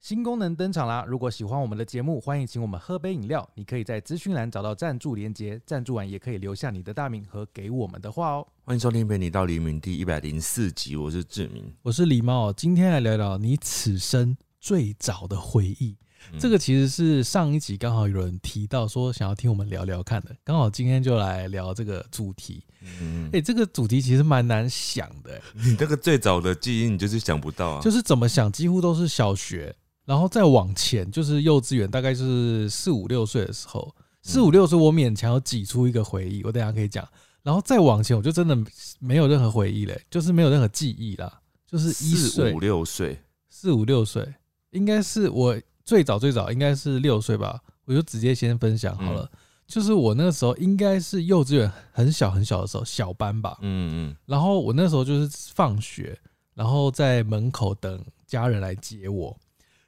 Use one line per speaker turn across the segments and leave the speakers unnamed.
新功能登场啦！如果喜欢我们的节目，欢迎请我们喝杯饮料。你可以在资讯栏找到赞助连结，赞助完也可以留下你的大名和给我们的话哦。
欢迎收听《陪你到黎明》第一百零四集，我是志明。
我是狸猫，今天来聊聊你此生最早的回忆。
嗯
这个其实是上一集刚好有人提到说想要听我们聊聊看的，刚好今天就来聊这个主题。
嗯
哎、，这个主题其实蛮难想的、诶
你那个最早的记忆，你就是想不到啊，
就是怎么想几乎都是小学，然后再往前就是幼稚园，大概是四五六岁的时候，
嗯
四五六岁我勉强有挤出一个回忆，我等一下可以讲。然后再往前，我就真的没有任何回忆嘞、就是没有任何记忆啦，就是一
四
岁
五六岁，
四五六岁，应该是我最早最早应该是六岁吧，我就直接先分享好了。
嗯
就是我那时候应该是幼稚园很小很小的时候，小班吧。
嗯嗯
然后我那时候就是放学，然后在门口等家人来接我。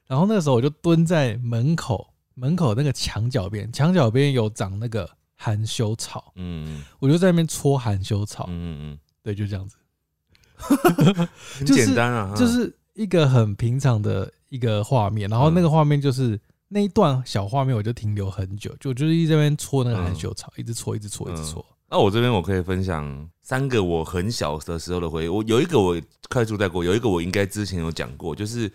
然后那时候我就蹲在门口，门口那个墙角边，墙角边有长那个含羞草，
嗯
我就在那边搓含羞
嗯
草。
嗯
对，就这样子。
嗯，很
就是
简单啊，
就
哈
是一个很平常的一个画面，
嗯
然后那个画面就是那一段小画面，我就停留很久，就就是一直在那边搓那个含羞
嗯
草，一直搓，一直搓，一直搓。
那我这边我可以分享三个我很小的时候的回忆。我有一个我快速带过，有一个我应该之前有讲过，就是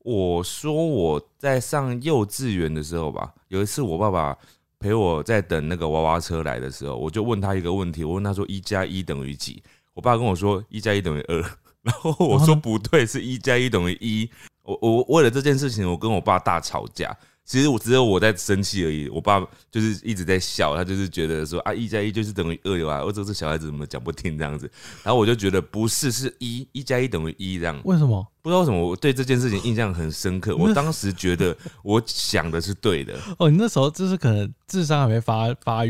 我说我在上幼稚园的时候吧，有一次我爸爸陪我在等那个娃娃车来的时候，我就问他一个问题，我问他说一加一等于几？我爸跟我说一加一等于二， 然后我
然后
说
呢
不对，是一加一等于一。我我我为了这件事情，我跟我爸大吵架。其实我只有我在生气而已，我爸就是一直在笑，他就是觉得说啊，一加一就是等于二有啊，我这这小孩子怎么讲不听这样子，然后我就觉得不是，是一，一加一等于一这样。
为什么？
不知道为什么，我对这件事情印象很深刻。我当时觉得我想的是对的，
哦，你那时候就是可能智商还没发 发育，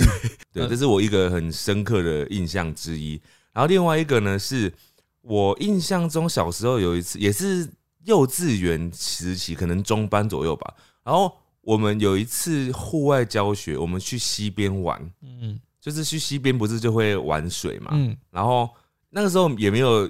对，
嗯
这是我一个很深刻的印象之一。然后另外一个呢，是我印象中小时候有一次，也是幼稚园时期，可能中班左右吧。然后我们有一次户外教学，我们去溪边玩，
嗯
就是去溪边不是就会玩水嘛，
嗯，
然后那个时候也没有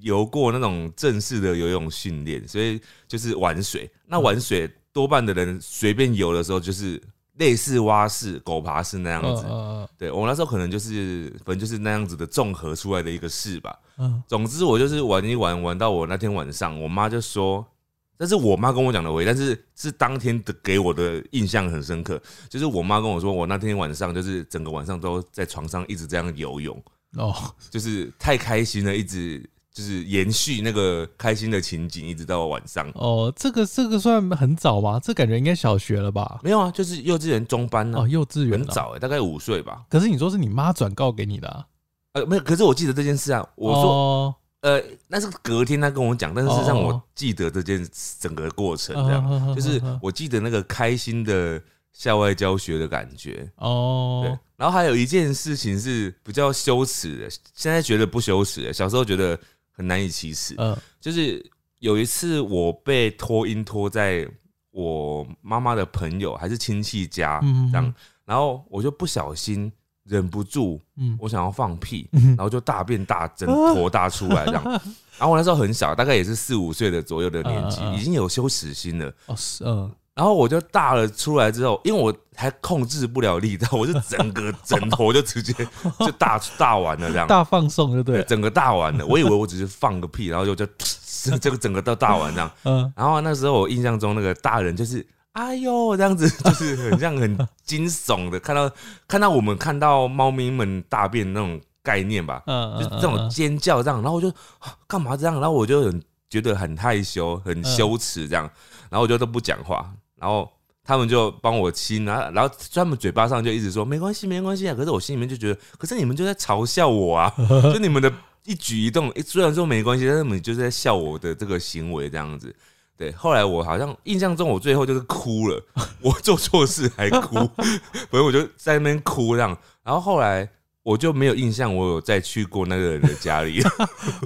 游过那种正式的游泳训练，所以就是玩水。那玩水多半的人随便游的时候，就是类似蛙式、狗爬式那样
嗯
子。
嗯
对我那时候可能就是反正就是那样子的综合出来的一个式吧。
嗯，
总之我就是玩一玩，玩到我那天晚上，我妈就说。但是我妈跟我讲的回，但是是当天的给我的印象很深刻，就是我妈跟我说，我那天晚上就是整个晚上都在床上一直这样游泳，
哦，
就是太开心了，一直就是延续那个开心的情景，一直到晚上。
哦，这个这个算很早吗？这感觉应该小学了吧？
没有啊，就是幼稚园中班呢、啊
哦，幼稚园
嗯很
了。
早、欸，大概五岁吧。
可是你说是你妈转告给你的、啊，
呃，没有，可是我记得这件事啊。我说，
哦、
呃，那是隔天他跟我讲，但是事实上
哦哦哦
我记得这件整个过程，这样、
嗯
就是
嗯嗯嗯
我记得那个开心的校外教学的感觉。对
哦，，
然后还有一件事情是比较羞耻的，现在觉得不羞耻的，小时候觉得很难以启齿。
嗯
就是有一次我被托音托在我妈妈的朋友还是亲戚家
嗯
这样，然后我就不小心忍不住，
嗯
我想要放屁，
嗯
然后就大便大真坨大出来 这样。然后我那时候很小，大概也是四五岁的左右的年纪
嗯嗯，嗯
已经有羞耻心了。
哦是嗯
然后我就大了出来之后，因为我还控制不了力道， 我就整个枕头就直接 就大大完了这样。
大放送就对
对，
了，
整个大完了，我以为我只是放个屁，然后就 就这个整个都大完这样。
嗯。
然后那时候我印象中那个大人就是哎呦这样子， 就是很像很惊悚的，看到看到我们看到猫咪们大便那种概念吧，
嗯，
就是这种尖叫这样，然后我就啊干嘛这样，然后我就很觉得很害羞、很羞耻这样，然后我就都不讲话，然后他们就帮我亲，然后然后他们嘴巴上就一直说没关系、没关系啊，可是我心里面就觉得，可是你们就在嘲笑我啊，就你们的一举一动，诶虽然说没关系，但是你们就是在笑我的这个行为这样子。对，后来我好像印象中，我最后就是哭了，我做错事还哭，反正我就在那边哭这样。然后后来我就没有印象，我有再去过那个人的家里，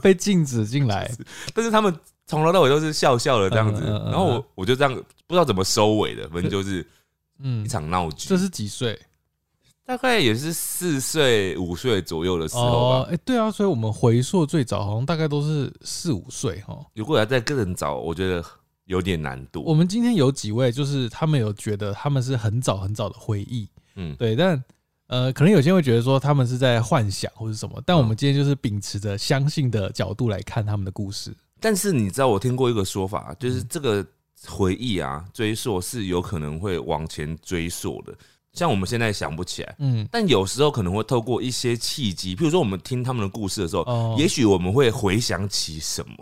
被禁止进来，
但是他们从头到尾都是笑笑的这样子。
嗯嗯嗯嗯
然后我我就这样不知道怎么收尾的，反正就是
嗯
一，场闹剧。
这是几岁？
大概也是四岁五岁左右的时候吧。
哦，哎，对啊，所以我们回溯最早好像大概都是四五岁哈，
如果要再更早，我觉得有点难度。
我们今天有几位，就是他们有觉得他们是很早很早的回忆，
嗯，
对，但呃，可能有些人会觉得说他们是在幻想或是什么，但
嗯
我们今天就是秉持着相信的角度来看他们的故事。
但是你知道，我听过一个说法，就是这个回忆啊，追溯是有可能会往前追溯的。像我们现在想不起来，
嗯，
但有时候可能会透过一些契机，譬如说我们听他们的故事的时候，
哦
也许我们会回想起什么。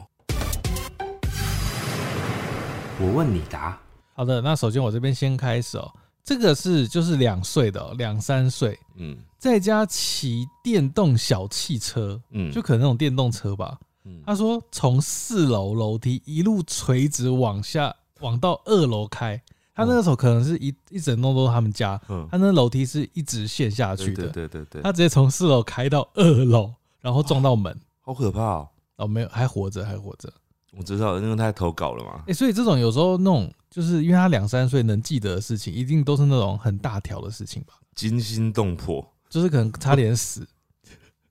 我问你答，
好的，那首先我这边先开始哦、这个是就是两岁的哦两、三岁，
嗯
在家骑电动小汽车，
嗯，
就可能那种电动车吧。
嗯
他说从四楼楼梯一路垂直往下，往到二楼开。他
哦
那个时候可能是一一整栋都是他们家，
嗯
他那楼梯是一直陷下去
对
的。
对对对对，
他直接从四楼开到二楼，然后撞到门。
好可怕哦！
哦，没有，还活着，还活着。
我知道，因为他在投稿了嘛
哎、。所以这种有时候那种，就是因为他两三岁能记得的事情，一定都是那种很大条的事情吧，
惊心动魄，
就是可能差点死。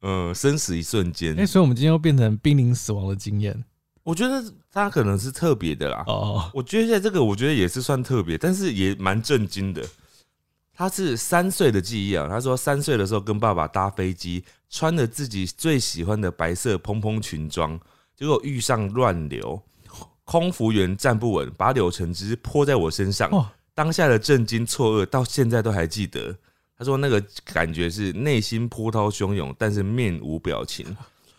嗯，生死一瞬间
哎、。所以我们今天又变成濒临死亡的经验
我觉得他可能是特别的啦。
哦。
我觉得现在这个，我觉得也是算特别，但是也蛮震惊的。他是三岁的记忆啊，他说三岁的时候跟爸爸搭飞机，穿着自己最喜欢的白色蓬蓬裙装，结果遇上乱流，空服员站不稳，把柳橙汁泼在我身上
哇，
当下的震惊错愕到现在都还记得。他说那个感觉是内心波涛汹涌，但是面无表情，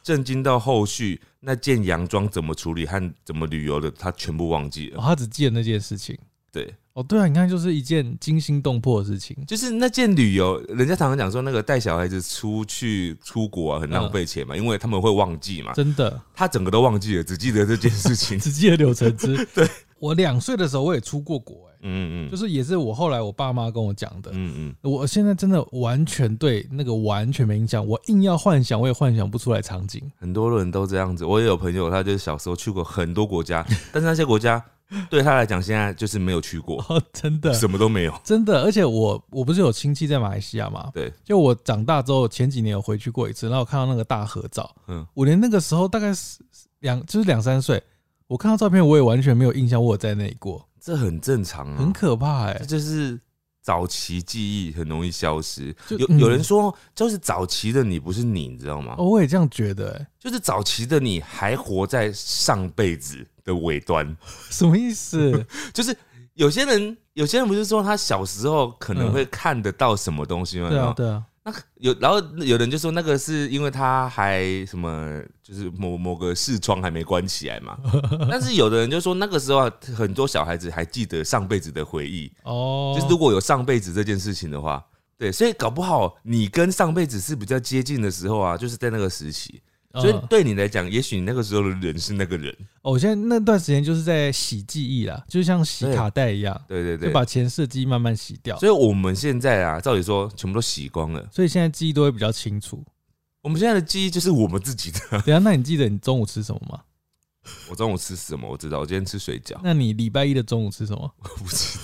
震惊到后续那件洋装怎么处理和怎么旅游的，他全部忘记
哦
了。
他只记得那件事情。
对，
哦，对啊，你看，就是一件惊心动魄的事情。
就是那件旅游，人家常常讲说那个带小孩子出去出国啊，很浪费钱嘛，
嗯
因为他们会忘记嘛。
真的，
他整个都忘记了，只记得这件事情。
只记得柳橙汁。 对，我两岁的时候我也出过国、哎，
嗯嗯，
就是是也是我后来我爸妈跟我讲的。
嗯嗯，
我现在真的完全对那个完全没印象，我硬要幻想，我也幻想不出来场 景。
很多人都这样子。我也有朋友，他就是小时候去过很多 国家，但是那些国家对他来讲现在就是没有去过，
哦，真的，
什么都没有。
真的，而且我我不是有亲戚在马来西亚嘛？
对，
就我长大之后前几年有回去过一次，然后我看到那个大合照，
嗯
我连那个时候大概是两就是两三岁，我看到照片我也完全没有印象我有在那里过，
这很正常啊，
很可怕哎、
这就是早期记忆很容易消失。
就
有
嗯
有人说，就是早期的你不是你，你知道吗？
哦，我也这样觉得 哎、
就是早期的你还活在上辈子的尾端，
什么意 思？
就是有些人，有些人不是说他小时候可能会看得到什么东西吗？
对
有没
啊
有
对啊，
那有，然后有人就说那个是因为他还什么，就是某某个视窗还没关起来 嘛。但是有的人就说那个时候啊很多小孩子还记得上辈子的回忆，
哦，
就是如果有上辈子这件事情的话，对，所以搞不好你跟上辈子是比较接近的时候啊，就是在那个时期，所以
嗯
对你来讲，也许你那个时候的人是那个人，
哦，我现在那段时间就是在洗记忆啦，就像洗卡带一样，
对对
就
对。
把前世的记忆慢慢洗掉，
所以我们现在啊，照理说全部都洗光了，
所以现在记忆都会比较清楚。
我们现在的记忆就是我们自己的。
等一下，那你记得你中午吃什么吗？
我中午吃什么？我知道，我今天吃水 饺，
那你礼拜一的中午吃什么？
我不知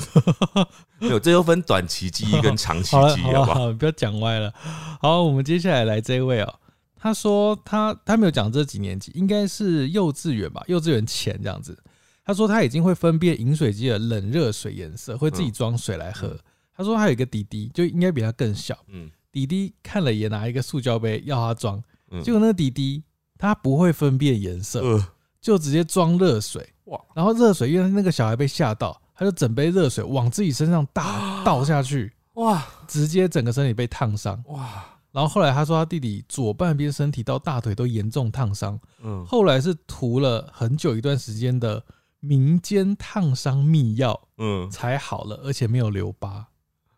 道。 没有，这又分短期记忆跟长期
好了
记
好
忆，
了
好
好
不好？
了，不要讲歪了。好，我们接下来来这一位哦、他说他他没有讲这几年级，应该是幼稚园吧，幼稚园前这样子。他说他已经会分辨饮水机的冷热水颜色，会
嗯
自己装水来喝。他说他有一个弟弟，就应该比他更小。
嗯，
弟弟看了也拿一个塑胶杯要他装，
嗯
结果那个弟弟他不会分辨颜色，
呃，
就直接装热水，
哇
然后热水因为那个小孩被吓到，他就整杯热水往自己身上
啊
大倒下去，
哇
直接整个身体被烫伤。
哇，
然后后来他说他弟弟左半边身体到大腿都严重烫伤，
嗯，
后来是涂了很久一段时间的民间烫伤秘药
嗯，
才好了，而且没有留疤。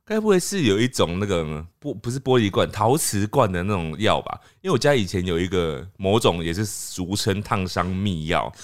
该不会是有一种那个玻不是玻璃罐、陶瓷罐的那种药吧？因为我家以前有一个某种也是俗称烫伤秘药，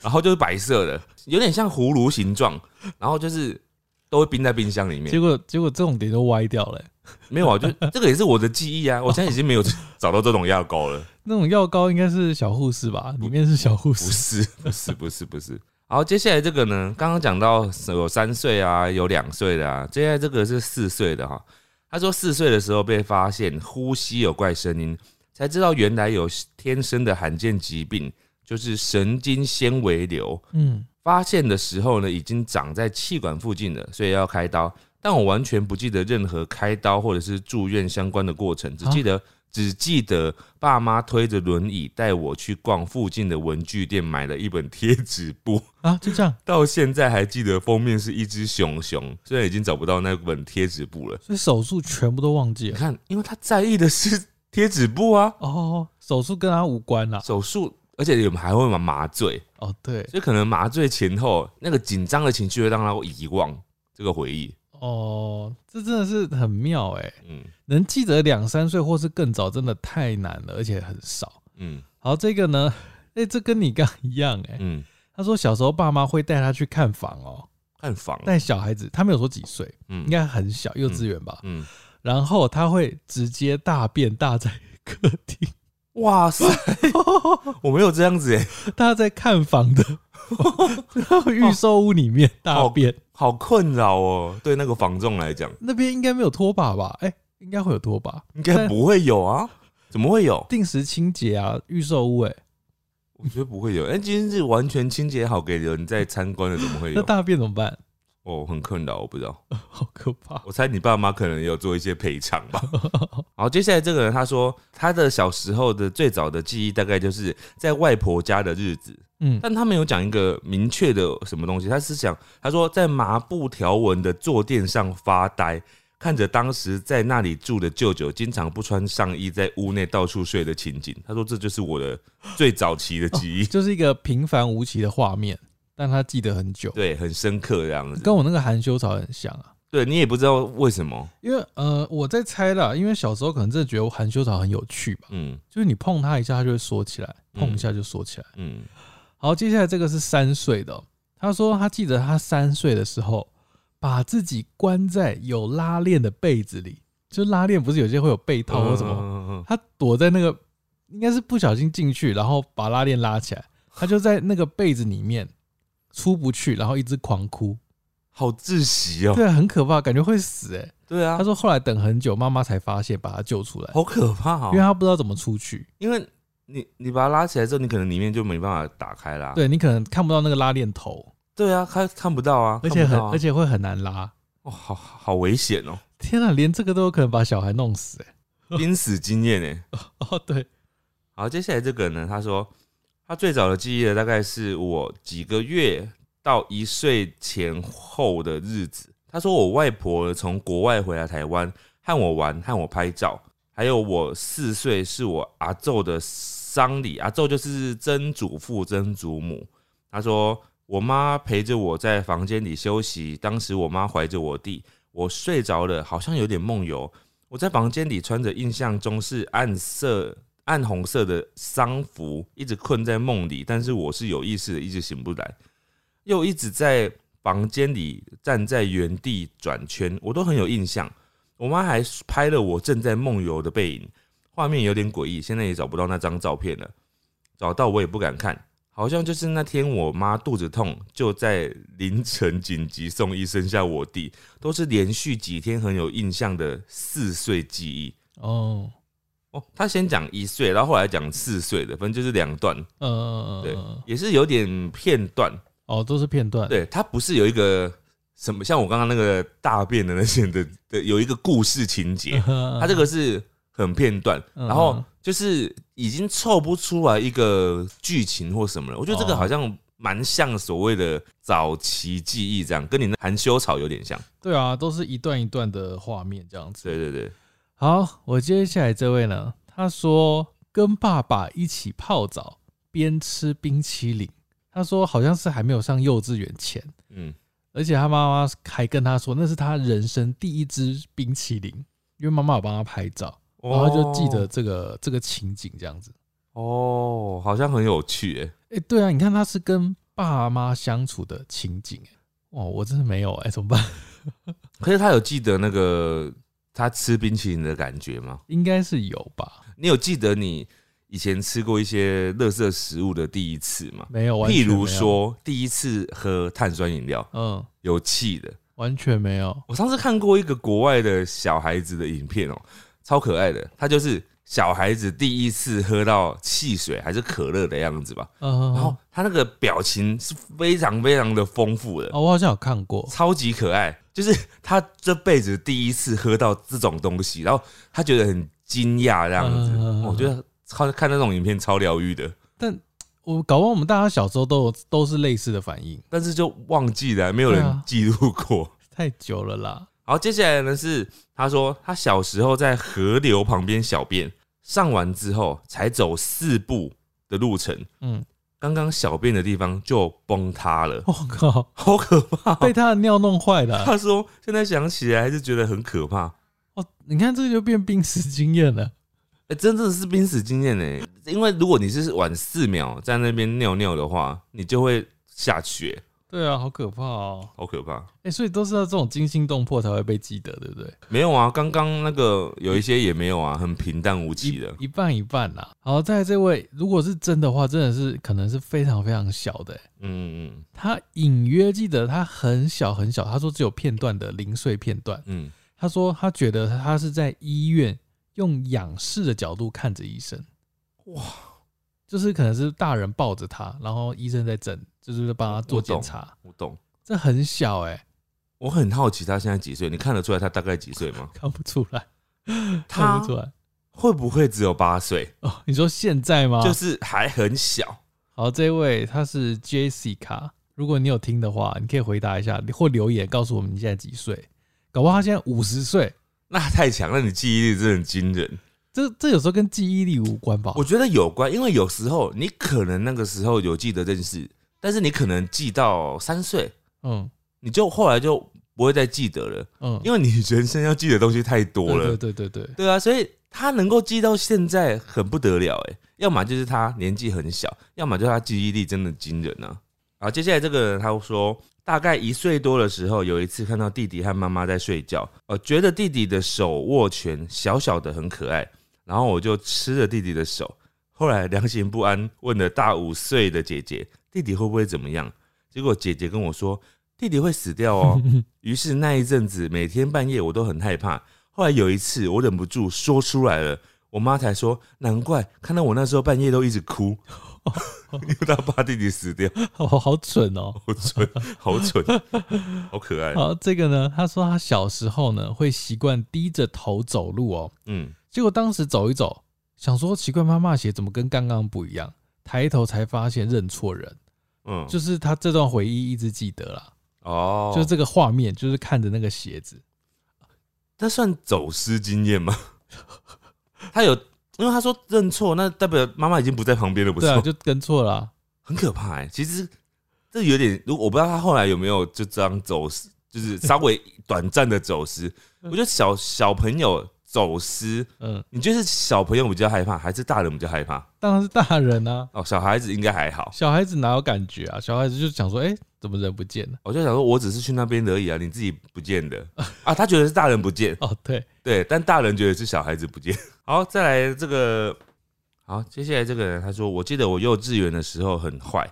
然后就是白色的，有点像葫芦形状，然后就是都会冰在冰箱里
结
面。
果结果这种点都歪掉了欸、
没有啊，就这个也是我的记 忆啊，我现在已经没有找到这种药膏了。
那种药膏应该是小护士吧？里面是小护
不
士。
是，不是，不是，不是。好，接下来这个呢，刚刚讲到有三岁啊，有两岁的啊，接下来这个是四岁的哈。他说四岁的时候被发现呼吸有怪声音，才知道原来有天生的罕见疾病，就是神经纤维瘤。
嗯，
发现的时候呢，已经长在气管附近了，所以要开刀。但我完全不记得任何开刀或者是住院相关的过程，只记得、只记得爸妈推着轮椅带我去逛附近的文具店，买了一本贴纸簿，
啊，就这样。
到现在还记得封面是一只熊熊，虽然已经找不到那本贴纸簿了。
所以手术全部都忘记
你
了。
看，因为他在意的是贴纸簿啊，
哦，手术跟他无关啦。
手术，而且我们还会麻麻醉，
哦，对，
所以可能麻醉前后那个紧张的情绪会让他遗忘这个回忆。
哦，这真的是很妙哎、
嗯
能记得两三岁或是更早，真的太难了，而且很少。
嗯
好，这个呢，哎、这跟你刚一样哎、
嗯，
他说小时候爸妈会带他去看房哦，
看房，
带小孩子，他没有说几岁，
嗯
应该很小，幼稚园吧。
嗯，
然后他会直接大便大在客厅，
哇塞， 我没有这样子哎、
大在看房 的预售屋里面大
好
便。
好困扰哦。对那个房仲来讲，
那边应该没有拖把吧？哎、应该会有拖把，
应该不会有啊，怎么会有？
定时清洁啊，预售屋哎、
我觉得不会有。哎、今天是完全清洁好给人在参观的，怎么会
那
有？
大便怎么办？
哦，很困扰，我不知道。
好可怕！
我猜你爸妈可能也有做一些赔偿吧。 好，接下来这个人他说，他的小时候的最早的记忆大概就是在外婆家的日子，
嗯，
但他没有讲一个明确的什么东西，他是讲他说在麻布条纹的坐垫上发呆，看着当时在那里住的舅舅经常不穿上衣在屋内到处睡的情景。他说这就是我的最早期的记忆，
就是一个平凡无奇的画面，但他记得很久，
对，很深刻这样子。
跟我那个含羞草很像啊。
对你也不知道为什么，
因为呃，我在猜啦，因为小时候可能真的觉得含羞草很有趣吧，
嗯
就是你碰它一下，它就会缩起来，
嗯
碰一下就缩起来。
嗯，
好，接下来这个是三岁的哦、他说他记得他三岁的时候，把自己关在有拉链的被子里，就拉链不是有些会有
嗯
被套或什么吗，
么
他躲在那个应该是不小心进去，然后把拉链拉起来，他就在那个被子里面出不去，然后一直狂哭，
好窒息哦、
对啊，很可怕，感觉会死哎、
对啊，
他说后来等很久，妈妈才发现把他救出来，
好可怕哦、
因为他不知道怎么出去，
因为你你把它拉起来之后，你可能里面就没办法打开啦。
对你可能看不到那个拉链头，
对啊，看看不到啊，
而且很、
看不到啊
而且会很难拉。
哦，好好危险哦、
天啊，连这个都有可能把小孩弄死 哎、
濒死经验欸呢。
哦，对，
好，接下来这个呢，他说他最早的记忆呢，大概是我几个月到一岁前后的日子。他说我外婆从国外回来台湾，和我玩，和我拍照，还有我四岁是我阿昼的丧礼，阿昼就是曾祖父、曾祖母。他说我妈陪着我在房间里休息，当时我妈怀着我弟，我睡着了，好像有点梦游。我在房间里穿着印象中是暗色暗红色的丧服，一直困在梦里，但是我是有意识的，一直醒不来，又一直在房间里站在原地转圈，我都很有印象。我妈还拍了我正在梦游的背影，画面有点诡异，现在也找不到那张照片了，找到我也不敢看。好像就是那天我妈肚子痛，就在凌晨紧急送医生下我弟，都是连续几天很有印象的四岁记忆。
哦，
哦，他先讲一岁，然后后来讲四岁的，反正就是两段，
呃，
对，也是有点片段。
哦，都是片段，
对，他不是有一个什么，像我刚刚那个大便的那些的的有一个故事 情节，
嗯，
他这个是很片段，
嗯
然后就是已经凑不出来一个剧情或什么了。我觉得这个
哦
好像蛮像所谓的早期记忆这样，跟你那含羞草有点像。
对啊，都是一段一段的画面这样子。
对对对，
好，我接下来这位呢，他说跟爸爸一起泡澡，边吃冰淇淋。他说好像是还没有上幼稚园前，
嗯，
而且他妈妈还跟他说那是他人生第一支冰淇淋，因为妈妈有帮他拍照，然哦后他就记得这个、这个情景这样子。
哦，好像很有趣诶。
哎、对啊，你看他是跟爸妈相处的情景、哎，哇，我真的没有哎、怎么办？
可是他有记得那个他吃冰淇淋的感觉吗？
应该是有吧？
你有记得你以前吃过一些垃圾食物的第一次吗？
没有，完全
譬如
没有，
说，第一次喝碳酸饮料
嗯，
有气的。
完全没有。
我上次看过一个国外的小孩子的影片哦、超可爱的。他就是小孩子第一次喝到汽水还是可乐的样子吧。
嗯，
然
然
后他那个表情是非常非常的丰富的，
哦，我好像有看过，
超级可爱。就是他这辈子第一次喝到这种东西，然后他觉得很惊讶这样子。
嗯嗯嗯嗯
我觉得超看那种影片超疗愈的，
但我搞忘我们大家小时候都有都是类似的反应，
但是就忘记了，没有
对
人
啊
记录过。
太久了啦。
好，接下来呢是他说他小时候在河流旁边小便，上完之后才走四步的路程，
嗯，
刚刚小便的地方就崩塌 了，
我靠，
好可怕哦、
被他的尿弄坏了 啊。
他说现在想起来还是觉得很可怕。
哦，你看这个就变濒死经验了。
哎、真的是濒死经验呢、因为如果你是晚四秒在那边尿尿的话，你就会下血，
对啊，好可怕哦！
好可怕。
哎、所以都是要这种惊心动魄才会被记得，对不对？
没有啊，刚刚那个有一些也没有啊，很平淡无奇的。
一一半一半啦。好，再来这位，如果是真的话，真的是可能是非常非常小的欸、
嗯嗯
他隐约记得他很小很小，他说只有片段的零碎片段。
嗯，
他说他觉得他是在医院用仰视的角度看着医生，
哇，
就是可能是大人抱着他，然后医生在诊，就是帮他做
我懂
检查。
我懂。
这很小哎、？
我很好奇他现在几岁？你看得出来他大概几岁吗
看不出来，看
他
不出来
会不会只有八岁？
哦。你说现在吗？
就是还很小。
好，这位他是 Jessica，如果你有听的话，你可以回答一下或留言告诉我们你现在几岁，搞不好他现在五十岁，
那太强了，你记忆力真的很惊人。
这这有时候跟记忆力无关吧？
我觉得有关，因为有时候你可能那个时候有记得认识，但是你可能记到三岁，
嗯
你就后来就不会再记得了，
嗯，
因为你人生要记的东西太多了。
对对对对对，
对啊，所以他能够记到现在很不得了哎，要么就是他年纪很小，要么就是他记忆力真的惊人啊。好，接下来这个人他说，大概一岁多的时候，有一次看到弟弟和妈妈在睡觉，呃，觉得弟弟的手握拳小小的很可爱，然后我就吃了弟弟的手。后来良心不安，问了大五岁的姐姐，弟弟会不会怎么样？结果姐姐跟我说，弟弟会死掉哦。于是那一阵子，每天半夜我都很害怕，后来有一次，我忍不住说出来了，我妈才说：“难怪看到我那时候半夜都一直哭， 因为他爸弟弟死掉，
好好蠢哦。
好蠢，好蠢，好可爱。
好，这个呢，他说他小时候呢会习惯低着头走路哦，”
嗯，
结果当时走一走，想说奇怪，妈妈鞋怎么跟刚刚不一样？抬头才发现认错人，
嗯，
就是他这段回忆一直记得啦，
哦，
就是这个画面，就是看着那个鞋子，
那算走失经验吗？ 他有，因为他说认错，那代表妈妈已经不在旁边了，不是
对啊，
吗？
就跟错了啊。
很可怕哎、其实这有点，如果我不知道他后来有没有就这样走失，就是稍微短暂的 走失。我觉得小小朋友走失。
嗯，
你觉得是小朋友比较害怕，还是大人比较害怕？
当然是大人啊，
哦，小孩子应该还好。
小孩子哪有感觉啊？小孩子就想说，哎、怎么人不见了？
我就想说，我只是去那边而已啊，你自己不见的啊。他觉得是大人不见，
哦，对，
对，但大人觉得是小孩子不见。 好，再来这个，好，接下来这个人他说，我记得我幼稚园的时候很坏，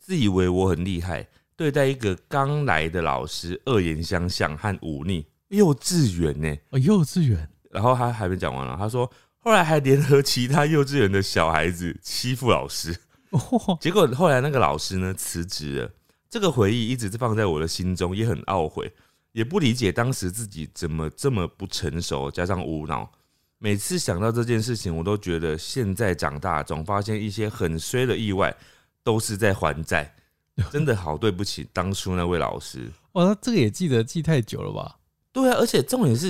自以为我很厉害，对待一个刚来的老师恶言相向和忤逆。幼稚园呢、
哦，幼稚园
然后他还没讲完了，啊他说后来还联合其他幼稚园的小孩子欺负老师。
哦，
结果后来那个老师呢辞职了，这个回忆一直放在我的心中，也很懊悔，也不理解当时自己怎么这么不成熟，加上无脑。每次想到这件事情，我都觉得现在长大，总发现一些很衰的意外都是在还债，真的好对不起当初那位老师。
哇，那这个也记得记太久了吧？
对啊，而且重点是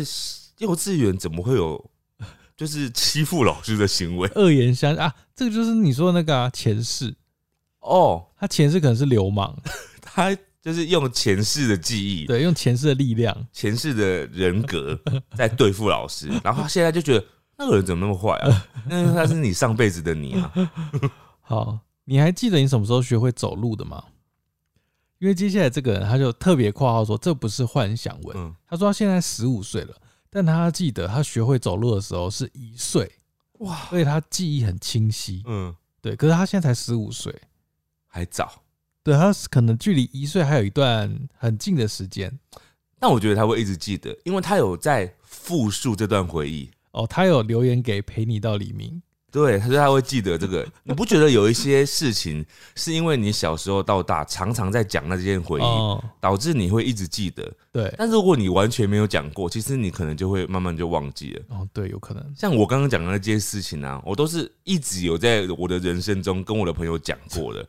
幼稚园怎么会有 就是欺负老师的行为？
恶言相啊，这个就是你说的那个啊，前世，
哦，
他前世可能是流 氓，
他就是用前世的记忆，
对，用前世的力量，
前世的人格在对付老师，然后他现在就觉得那个人怎么那么坏啊？那他是你上辈子的你啊！
好，你还记得你什么时候学会走路的吗？因为接下来这个人他就特别括号说，这不是幻想文。
嗯，
他说他现在十五岁了，但他记得他学会走路的时候是一岁，
哇，
所以他记忆很清晰。
嗯，
对，可是他现在才十五岁，
还早，
对他可能距离一岁还有一段很近的时间。
但我觉得他会一直记得，因为他有在复述这段回忆。
哦，他有留言给陪你到黎明，
对，他说他会记得这个。你不觉得有一些事情是因为你小时候到大常常在讲那件回忆，
哦，
导致你会一直记得？
对，
但如果你完全没有讲过，其实你可能就会慢慢就忘记了。
哦，对，有可能，
像我刚刚讲的那件事情啊，我都是一直有在我的人生中跟我的朋友讲 过的，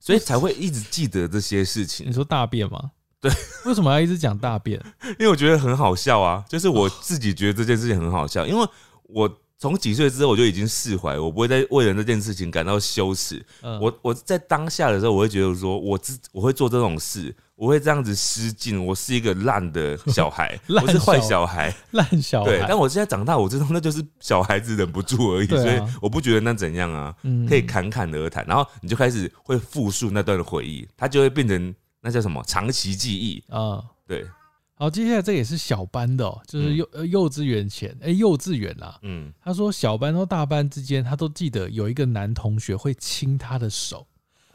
所以才会一直记得这些事情
你。说大便吗？
对，
为什么要一直讲大便？
因为我觉得很好笑啊，就是我
哦
自己觉得这件事情很好笑，因为我从几岁之后我就已经释怀，我不会再为了这件事情感到羞耻。
嗯，，
我我在当下的时候，我会觉得说，我自我会做这种事，我会这样子失禁，我是一个烂的小孩
烂
我是坏
小哦
小孩。
烂小
对，
孩
但，我现在长大，我知道那就是小孩子忍不住而已，
对啊
所以我不觉得那怎样啊，
嗯
可以侃侃而谈。然后你就开始会复述那段的回忆，它就会变成那叫什么长期记忆。
啊。
对，
好，接下来这也是小班的、哦，就是
嗯
幼、呃幼稚园前，哎、幼稚园啦、
嗯。
他说小班到大班之间，他都记得有一个男同学会亲他的手，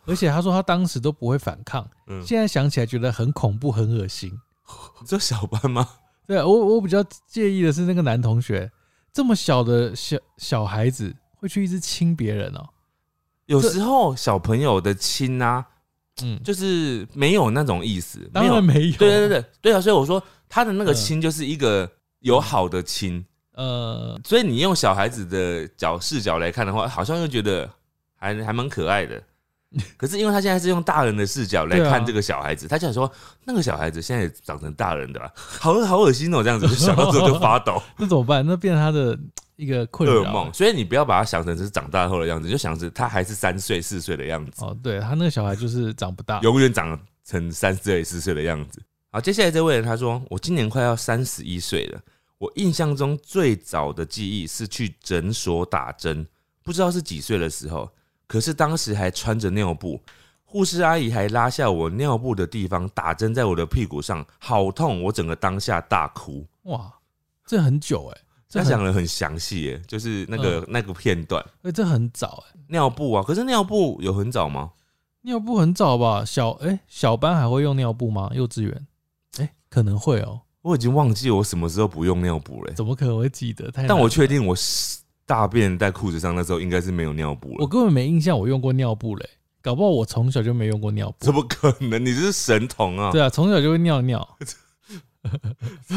而且他说他当时都不会反抗，
嗯
现在想起来觉得很恐怖、很恶心。
你说小班吗？
对我我比较介意的是那个男同学，这么小的小小孩子会去一直亲别人哦，
有时候小朋友的亲啊，
嗯，
就是没有那种意思，
当然
有。
没有，嗯
对对对对对啊！所以我说他的那个亲就是一个友好的亲，
呃，
所以你用小孩子的角视角来看的话，好像又觉得还还蛮可爱 的。可是因为他现在是用大人的视角来
对啊
看这个小孩子，他想说那个小孩子现在也长成大人的吧，好好恶心哦、这样子就想到之后就 发抖。
那怎么办？那变成他的一个困
噩
扰
梦，所以你不要把他想成是长大后的样子，你就想着他还是三岁四岁的样子。
哦，对他那个小孩就是长不大，
永远长成三十岁、四岁的样子。好，接下来这位人他说：“我今年快要三十一岁了，我印象中最早的记忆是去诊所打针，不知道是几岁的时候，可是当时还穿着尿布，护士阿姨还拉下我尿布的地方打针在我的屁股上，好痛！我整个当下大哭。
哇，这很久哎、这
他
很
讲的很详细耶，就是那个、那个片段
哎、这很早哎、
尿布啊，可是尿布有很早吗？
尿布很早吧？小哎、小班还会用尿布吗？幼稚园哎、可能会哦、
我已经忘记我什么时候不用尿布了耶。欸
怎么可能会记得？太难
但我确
了
定我是大便在裤子上那时候应该是没有尿布
我
了。
根本没印象我用过尿布嘞、搞不好我从小就没用过尿布
怎。么可能？你是神童啊！
对啊，从小就会尿尿。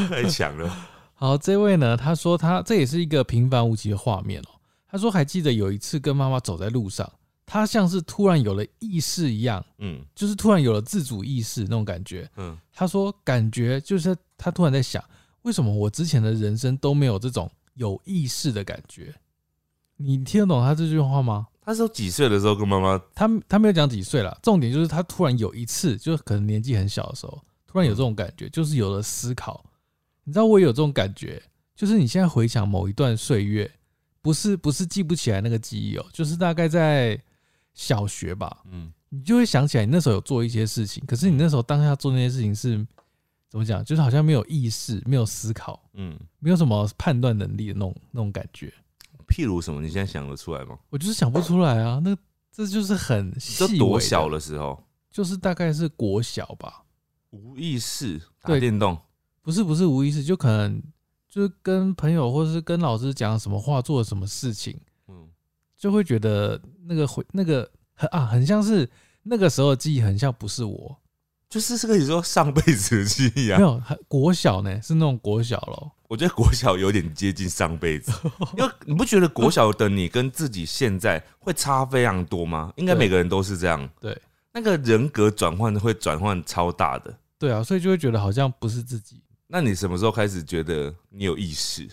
太强了。
好，这位呢，他说他这也是一个平凡无奇的画面哦、他说还记得有一次跟妈妈走在路上，他像是突然有了意识一样，
嗯
就是突然有了自主意识那种感觉。
嗯，
他说感觉就是他突然在想，为什么我之前的人生都没有这种有意识的感觉？你听得懂他这句话吗？
他说几岁的时候跟妈妈？
他他没有讲几岁啦，重点就是他突然有一次，就是可能年纪很小的时候，突然有这种感觉，就是有了思考。你知道我也有这种感觉，就是你现在回想某一段岁月，不是不是记不起来那个记忆哦、就是大概在小学吧，
嗯，
你就会想起来你那时候有做一些事情，可是你那时候当下做那些事情是怎么讲？就是好像没有意识、没有思考、
嗯，
没有什么判断能力的那种那种感觉。
譬如什么？你现在想得出来吗？
我就是想不出来啊，那这就是很
你说
细微
多
的
小的时候？
就是大概是国小吧，
无意识打
对
电动，
不是不是无意识，就可能就是跟朋友或是跟老师讲什么话，做了什么事情，
嗯，
就会觉得那个回那个很啊，很像是那个时候的记忆，很像不是我，
就是这个你说上辈子的记忆啊
没。有还国小呢，是那种国小咯。
我觉得国小有点接近上 辈子，因为你不觉得国小的你跟自己现在会差非常多吗？应该
对
每个人都是这样。
对，
那个人格转换会转换超大的。
对啊，所以就会觉得好像不是自己。
那你什么时候开始觉得你有意识？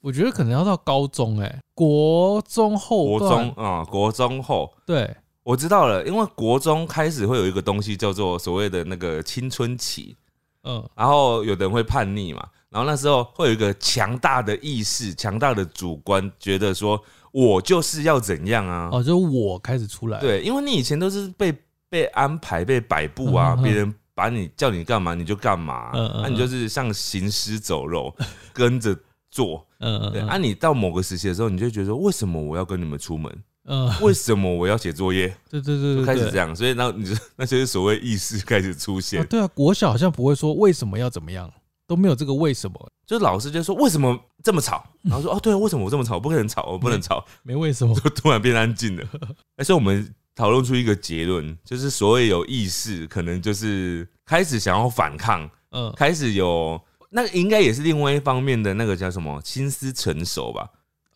我觉得可能要到高中哎、国中后
国
段
中啊、国中后
对
我知道了，因为国中开始会有一个东西叫做所谓的那个青春期，
嗯
然后有的人会叛逆嘛，然后那时候会有一个强大的意识、强大的主观，觉得说我就是要怎样啊？
哦，就是我开始出来，
对，因为你以前都是被被安排、被摆布
嗯
啊，
嗯嗯
别人把你叫你干嘛你就干嘛，啊那、
嗯嗯
你就是像行尸走肉，跟着做。
嗯
对，
嗯
啊，你到某个时期的时候，你就会觉得说为什么我要跟你们出 门？
嗯，
为什么我要写作业？
对对对
就
对，
开始
对
这样，所以然后你就那些所谓意识开始出
啊
现，
对啊，国小好像不会说为什么要怎么样，都没有这个为什么，
就是老师就说为什么这么 吵，然后说哦对，为什么我这么吵？我不能吵，我不能吵，
没为什么，
就 突然变安静了。哎，所以我们讨论出一个结论，就是所谓有意识，可能就是开始想要反抗，
嗯，
开始有那个应该也是另外一方面的那个叫什么心思成熟吧？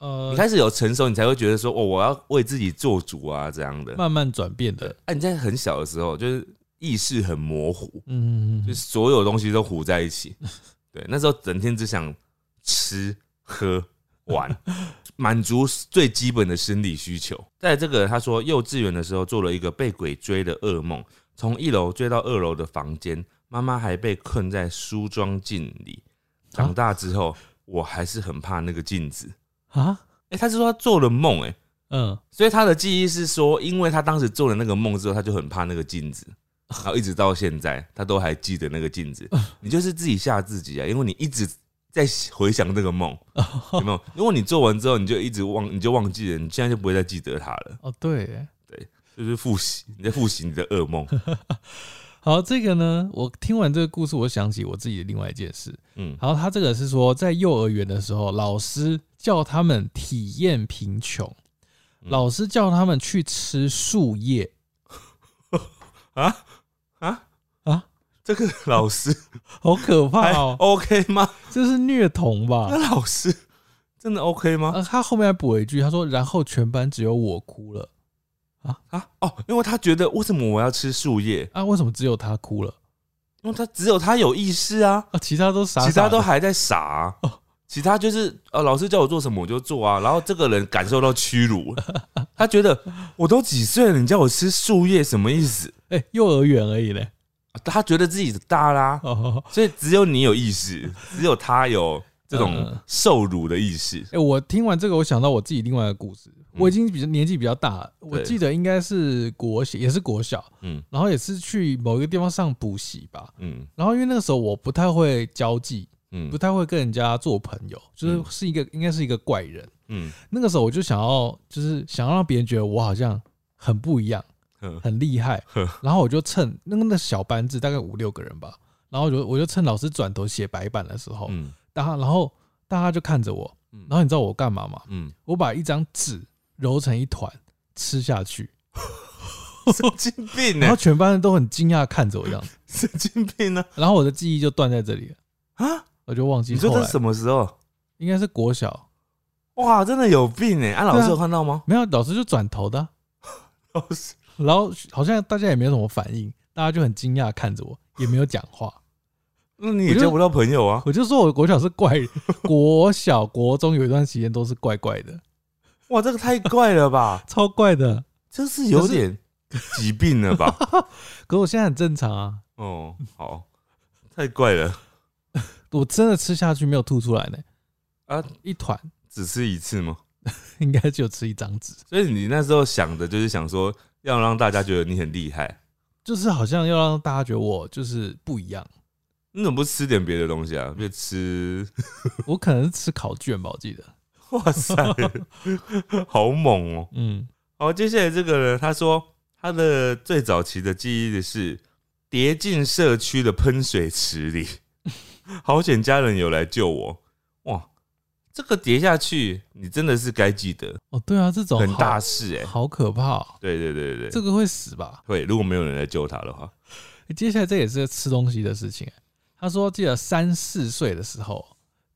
呃
你，开始有成熟，你才会觉得说哦，我要为自己做主啊这样的。
慢慢转变的，
啊，你在很小的时候就是意识很模糊，
嗯嗯嗯
就是所有东西都糊在一起。对，那时候整天只想吃、喝、玩，满足最基本的生理需求。在这个，他说幼稚园的时候做了一个被鬼追的噩梦，从一楼追到二楼的房间，妈妈还被困在梳妆镜里。长大之后，我还是很怕那个镜子。
嗯啊，
哎、他是说他做了梦，哎，
嗯，
所以他的记忆是说，因为他当时做了那个梦之后，他就很怕那个镜子，然后一直到现在，他都还记得那个镜 子。你就是自己吓自己啊，因为你一直在回想这 个梦，有没有？如果你做完之后，你就一直忘，你就忘记了，你现在就不会再记得它了。
哦对耶，
就是复习，你在复习你的 噩梦。
好，这个呢，我听完这个故事，我想起我自己的另外一件事。
嗯，
然后他这个是说，在幼儿园的时候，老师叫他们体验贫穷，
嗯
老师叫他们去吃树叶，
啊啊
啊！
这个老师
好可
还
怕哦！啊
OK 吗？
这是虐童吧
那？老师真的 OK 吗？
呃，他后面还补了一句，他说：“然后全班只有我哭了
啊哦，因为他觉得为什么我要吃树叶？
啊，为什么只有他哭了
因为他只有他有意识啊。
啊？其他都傻傻的，
其他都还在傻啊、
哦
其他就是呃，老师叫我做什么我就做啊。然后这个人感受到屈辱， 他觉得我都几岁了，你叫我吃树叶什么意思？
哎、幼儿园而已嘞。
他觉得自己大啦、
哦，
所以只有你有意识， 只有他有这种
嗯
受辱的意识。
哎、我听完这个，我想到我自己另外一个故事。我已经比较年纪比较大了，我
嗯对
记得应该是国小，也是国小，
嗯
然后也是去某一个地方上补习吧。
嗯
然后因为那个时候我不太会交际，不
嗯
太会跟人家做朋友，就是
嗯
是一个应该是一个怪人。
嗯
那个时候我就想要，就是想要让别人觉得我好像很不一样，
嗯
很厉害
呵。
然后我就趁那个那小班制大概五六个人吧，然后我就我就趁老师转头写白板的时候，
嗯
大家然后大家就看着我，
嗯
然后你知道我干嘛吗？
嗯，
我把一张纸揉成一团吃下去，
神经病欸呢、
然后全班人都很惊讶看着我这样子，
神经病呢
然后我的记忆就断在这里了，
啊！
我就忘记
你说
后
这
来
是什么时候？
应该是国小，
哇，真的有病哎、啊，老
对啊
师有看到吗？
没有老师就转头的啊、
老师
然后好像大家也没有什么反应，大家就很惊讶看着我，也没有讲话。
那你
我
也
就
交不到朋友啊！
我就说我国小是怪人，国小国中有一段时间都是怪怪的，
哇，这个太怪了吧！
超怪的。
这是有点疾病 了吧？
可我现在很正常啊，
哦，好，太怪了，
我真的吃下去没有吐出来呢。
啊，
一团
只吃一次吗？
应该就吃一张纸，
所以你那时候想的就是想说，要让大家觉得你很厉害，
就是好像要让大家觉得我就是不一样。
你怎么不吃点别的东西啊？别吃，
我可能是吃考卷吧，我记得。
哇塞，好猛哦、
嗯，
好，接下来这个呢，他说他的最早期的记忆的是跌进社区的喷水池里， 好险家人有来救我。哇，这个跌下去，你真的是该记得，
哦，对啊，这种
很大
好
事哎、
好可怕、哦，
对对对对
这
对，
个会死吧？
会如果没有人来救他的话，
欸接下来这也是吃东西的事情欸、他说，记得三四岁的时候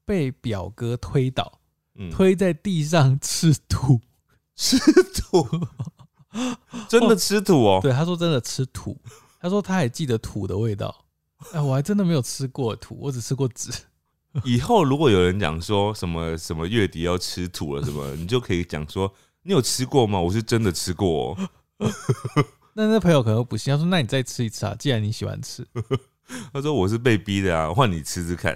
被表哥推倒，
嗯，
推在地上吃土。
吃土， 真的吃土哦、
对，他说真的吃土。他说他还记得土的味道。哎，我还真的没有吃过土，我只吃过纸。
以后如果有人讲说什么什么月底要吃土了什么，你就可以讲说你有吃过吗？我是真的吃过、哦。
那那朋友可能不信，他说：“那你再吃一次啊，既然你喜欢吃。
嗯他说我是被逼的啊，换你吃 吃看。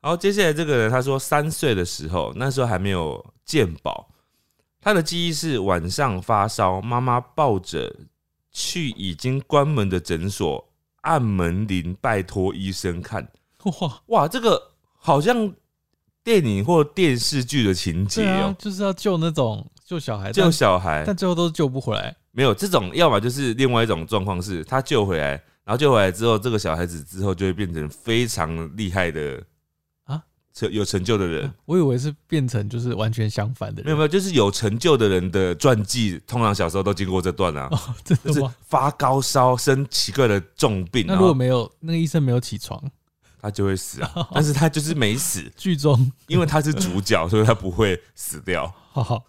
然后接下来这个人他说三岁的时候，那时候还没有健保，他的记忆是晚上发烧，妈妈抱着去已经关门的诊所按门铃拜托医生看。”
哇，
哇，这个好像电影或电视剧的情节
对啊
哦、，
就是要救那种救小孩，
救
但
小孩
但最后都救不回来。
没有这种，要么就是另外一种状况是他救回来，然后救回来之后，这个小孩子之后就会变成非常厉害的
啊
成有成就的人，
我以为是变成就是完全相反的
没
人
有没。有，就是有成就的人的传记，通常小时候都经过这段啊，
哦，真
就
的
是
吗？
发高烧、生奇怪的重病，
那
然
如果
后
没有那个医生没有起床，
他就会死啊。
哦
但是他就是没 死，
剧中
因为他是主 角，所以他不会死掉。
好 好，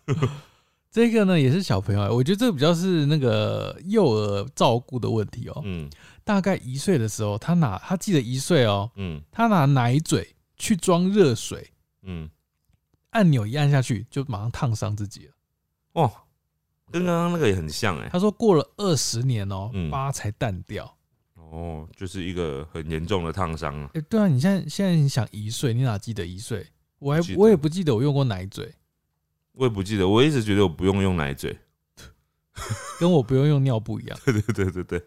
这个呢也是小朋友啊，我觉得这个比较是那个幼儿照顾的问题哦、
嗯
大概一岁的时候，他拿他记得一岁哦、
嗯
他拿奶嘴去装热水，
嗯，
按钮一按下去就马上烫伤自己了。
哇，跟刚刚那个也很像哎、
他说过了二十年哦、
嗯
疤才淡掉。
哦，就是一个很严重的烫伤啊。
哎、对啊，你现在现在你想一岁，你哪记得一岁？我还
不记得
我也不记得我用过奶嘴，
我也不记得，我一直觉得我不用用奶嘴。
跟我不用用尿布一样。
对对对对对。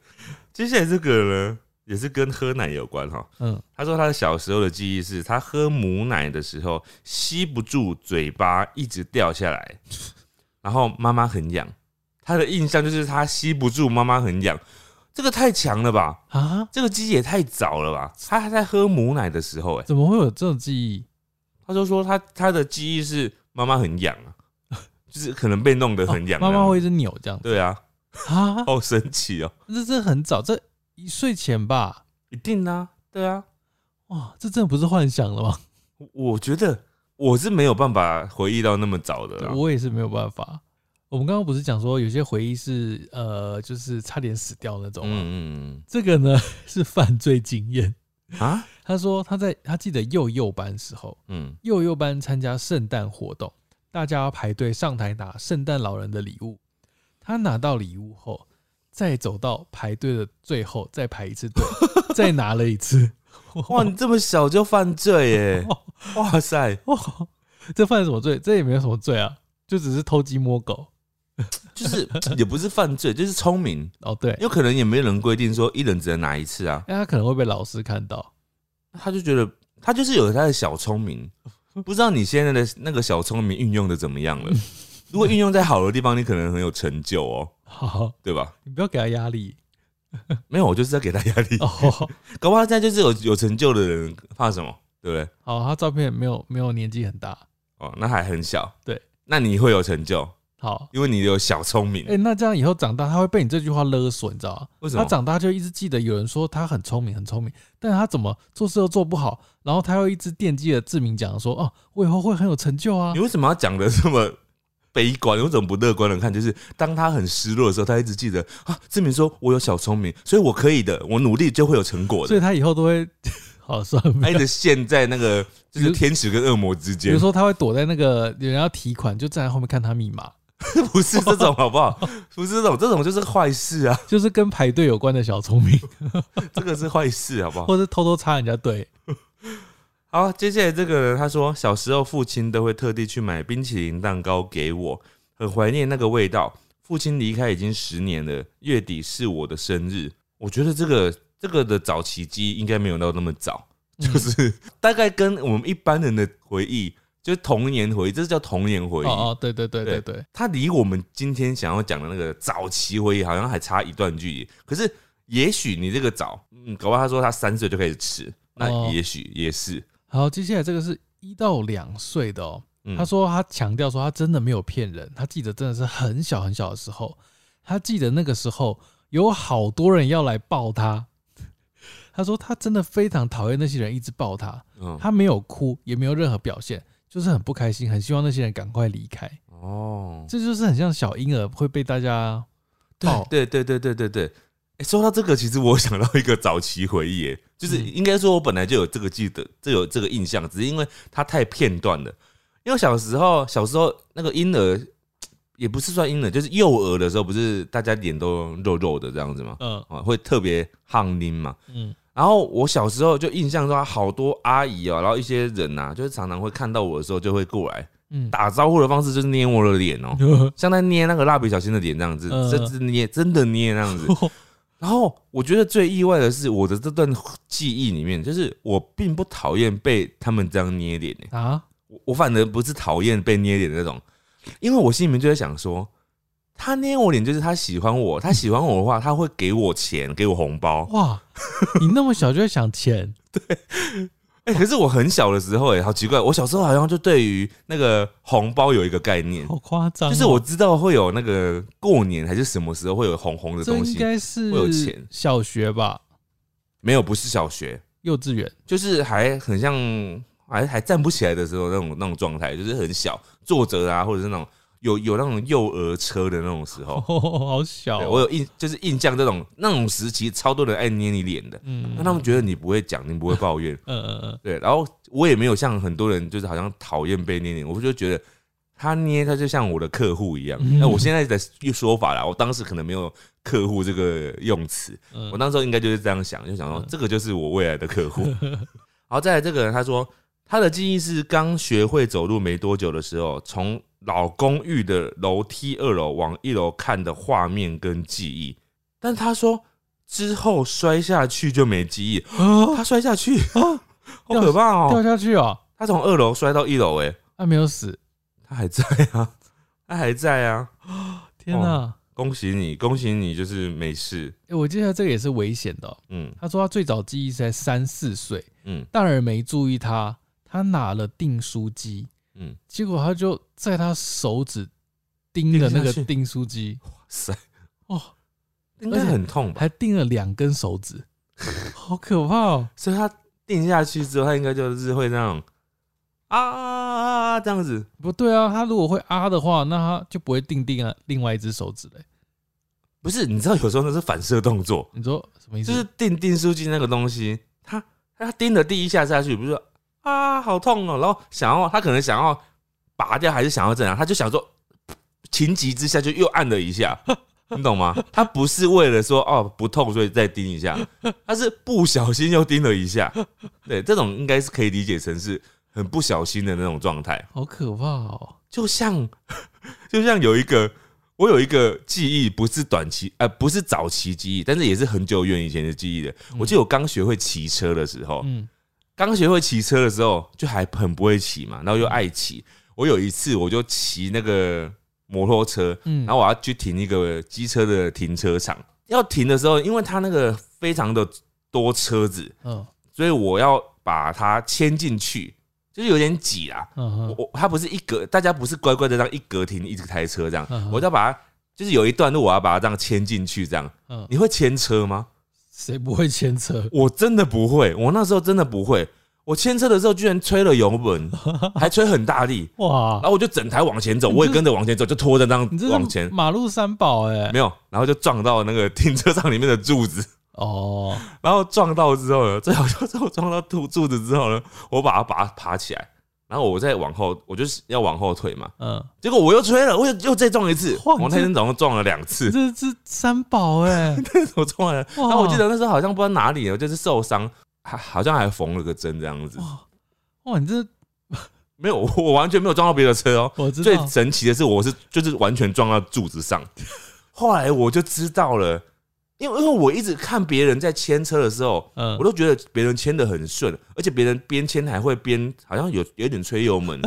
接下来这个呢，也是跟喝奶有关哈。
嗯，
他说他小时候的记忆是他喝母奶的时候吸不住，嘴巴一直掉下来，然后妈妈很痒。他的印象就是他吸不住，妈妈很痒。这个太强了吧？
啊？
这个记忆也太早了吧？他还在喝母奶的时候、欸，
怎么会有这种记忆？
他就说他他的记忆是妈妈很痒啊， 就是可能被弄得很
哦
痒这
妈
样。
妈会一直扭这样子
对啊，
啊？
好神奇哦、
这这很早，这一岁前吧？
一定啊，对啊，
哇，这真的不是幻想了吗？
我我觉得我是没有办法回忆到那么早的啦。
我也是没有办法。我们刚刚不是讲说有些回忆是呃，就是差点死掉那种吗？
嗯嗯
这个呢是犯罪经验。
嗯啊，
他说他在他记得幼幼班时候，
嗯
幼幼班参加圣诞活动，大家要排队上台拿圣诞老人的礼物。他拿到礼物后，再走到排队的最后，再排一次 队，再拿了一次。
哇，你这么小就犯罪耶！
哦
哇塞，
哦，这犯什么罪？这也没有什么罪啊，就只是偷鸡摸狗。
就是也不是犯罪，就是聪明，
哦，对，
有可能也没人规定说一人只能拿一次啊。
哎，他可能会被老师看到。
他就觉得他就是有他的小聪明，不知道你现在的那个小聪明运用的怎么样了。如果运用在好的地方，你可能很有成就哦，
好，
对吧？
你不要给他压力
没有，我就是在给他压力。
哦。
搞不好他现在就是有有成就的人，怕什么？对不对？
好，他照片没有没有年纪很大。
哦，那还很小。
对，
那你会有成就，
好，
因为你有小聪明。
哎、那这样以后长大，他会被你这句话勒索，你知道吗？
为什么？
他长大就一直记得有人说他很聪明，很聪明，但是他怎么做事又做不好，然后他又一直惦记着志明讲说，哦，我以后会很有成就啊
你。为什么要讲的这么悲观？你为什么不乐观的看？就是当他很失落的时候，他一直记得啊，志明说我有小聪明，所以我可以的，我努力就会有哎成果
所以
的。
他以后都会， 好算了。
他一直陷在那个就是天使跟恶魔之
比
间
如，说他会躲在那个有人要提款，就站在后面看他密码，
不是这种好不好？不是这种，这种就是坏事啊，
就是跟排队有关的小聪明，
这个是坏事好不 好？
或是偷偷插人家队。
好，接下来这个人他说，小时候父亲都会特地去买冰淇淋蛋糕给我，很怀念那个味道。父亲离开已经十年了，月底是我的生日。我觉得这个这个的早期记忆应该没有到那么早， 就是、大概跟我们一般人的回忆，就是童年回忆，这是叫童年回忆。
哦哦，对对对对对，
它离我们今天想要讲的那个早期回忆好像还差一段距离。可是，也许你这个早，嗯，搞不好他说他三岁就开始吃，那
哦
也许也是。
好，接下来这个是一到两岁的哦。
嗯
他说他强调说他真的没有骗人，他记得真的是很小很小的时候，他记得那个时候有好多人要来抱他。 他说他真的非常讨厌那些人一直抱他，
嗯
他没有哭，也没有任何表现，就是很不开心，很希望那些人赶快离开。
哦，
这就是很像小婴儿会被大家抱。
对对对对对对。诶说到这个，其实我想到一个早期回忆，诶就是
嗯
应该说，我本来就有这个记得，这有这个印象，只是因为它太片段了。因为小时候，小时候那个婴儿也不是算婴儿，就是幼儿的时候，不是大家脸都肉肉的这样子吗？
嗯
啊，会特别憨拎嘛。
嗯，
然后我小时候就印象中，好多阿姨哦、然后一些人呐、就是常常会看到我的时候，就会过来
嗯，
打招呼的方式，就是捏我的脸哦、像在捏那个蜡笔小新的脸这样子，
嗯
真是捏，真的捏那样子。然后我觉得最意外的是，我的这段记忆里面，就是我并不讨厌被他们这样捏脸、欸，
啊，
我我反而不是讨厌被捏脸的那种，因为我心里面就在想说，他捏我脸就是他喜欢我，他喜欢我的话，他会给我钱，给我红包。
哇，你那么小就会想钱，
哎、可是我很小的时候、哎，好奇怪，我小时候好像就对于那个红包有一个概念，
好夸张哦、
就是我知道会有那个过年还是什么时候会有红红的
这
东
应
西，
该是
会有钱
小学吧，
没有，不是小学，
幼稚园
就是还很像还还站不起来的时候那种那种状态，就是很小，坐着啊，或者是那种有有那种幼儿车的那种时候
哦，， 好小
对
哦、
我有印就是印象这种那种时期，超多人爱捏你脸的，
嗯
那他们觉得你不会讲，你不会抱怨，
嗯嗯嗯，
对，然后我也没有像很多人就是好像讨厌被捏脸，我就觉得他捏他就像我的客户一样。
嗯
那、我现在的说法啦，我当时可能没有客户这个用词，
嗯
我那时候应该就是这样想，就想说
嗯
这个就是我未来的客 户。然后再来这个人，他说他的记忆是刚学会走路没多久的时候，从老公寓的楼梯二楼往一楼看的画面跟记忆，但他说之后摔下去就没记忆，
啊
他摔下去啊， 好可怕哦、
哦掉下去哦、
他从二楼摔到一楼，哎，
他没有死，
他还在啊， 他还在啊！
天哪、
恭喜你，恭喜你，就是没事。
哎、我记得这个也是危险的哦、
嗯
他说他最早记忆是在三四岁，
嗯
大人没注意他，他拿了订书机，
嗯，
结果他就在他手指钉了那
钉
个
下去
订书机，
塞，
哦，
应该很痛吧？
还钉了两根手 指，好可怕哦、
所以他定下去之后，他应该就是会那种啊啊啊啊啊这样子。
不对啊，他如果会啊的话，那他就不会定定啊另外一只手指嘞。
不是，你知道有时候那是反射动作，
你说什么意思？
就是定定书机那个东西，他他钉的第一下下去，不是说啊好痛哦，然后想要他可能想要拔掉，还是想要怎样，他就想说情急之下就又按了一下， 你懂吗？他不是为了说哦不痛所以再钉一下，他是不小心又钉了一下。对，这种应该是可以理解成是很不小心的那种状态，
好可怕哦、
就像 就像有一个。我有一个记忆，不是短期，呃，不是早期记忆，但是也是很久远以前的记忆的。我记得我刚学会骑车的时候，
嗯，
刚学会骑车的时候，就还很不会骑嘛，然后又爱骑。我有一次我就骑那个摩托车，
嗯
然后我要去停一个机车的停车场。要停的时候，因为它那个非常的多车子，
嗯
所以我要把它牵进去，就是有点挤啦。
嗯
我我它不是一格，大家不是乖乖的这样一格停一台车这样
嗯，哼
我就要把它，就是有一段路我要把它这样牵进去这样。
嗯，
你会牵车吗？
谁不会牵扯？
我真的不会，我那时候真的不会。我牵车的时候居然吹了油 门，还吹很大力，
哇
然，后我就整台往前走，
你这
我也跟着往前走，就拖着这样
你这是
往前，
马路三宝哎、
没有，然后就撞到那个停车场里面的柱子，
哦，
然后撞到之后呢，最好就是我撞到柱柱子之后呢，我把它把它爬起来，然后我再往后，我就是要往后退嘛，
嗯，
结果我又吹了，我又又再撞一次，
哇
我
你
那
这
天总共撞了两 次，
这是三宝 哎、
我撞了，
哇
然后我记得那时候好像不知道哪里，我就是受伤，还好像还缝了个针这样子，
哇哇，你这
没有，我我完全没有撞到别的车哦。
我知
最
道，
神奇的是，我是就是完全撞到柱 子上。后来我就知道了，因为因为我一直看别人在牵车的时候，
嗯
我都觉得别人牵的很顺，而且别人边牵还会边好像有有点吹油 门。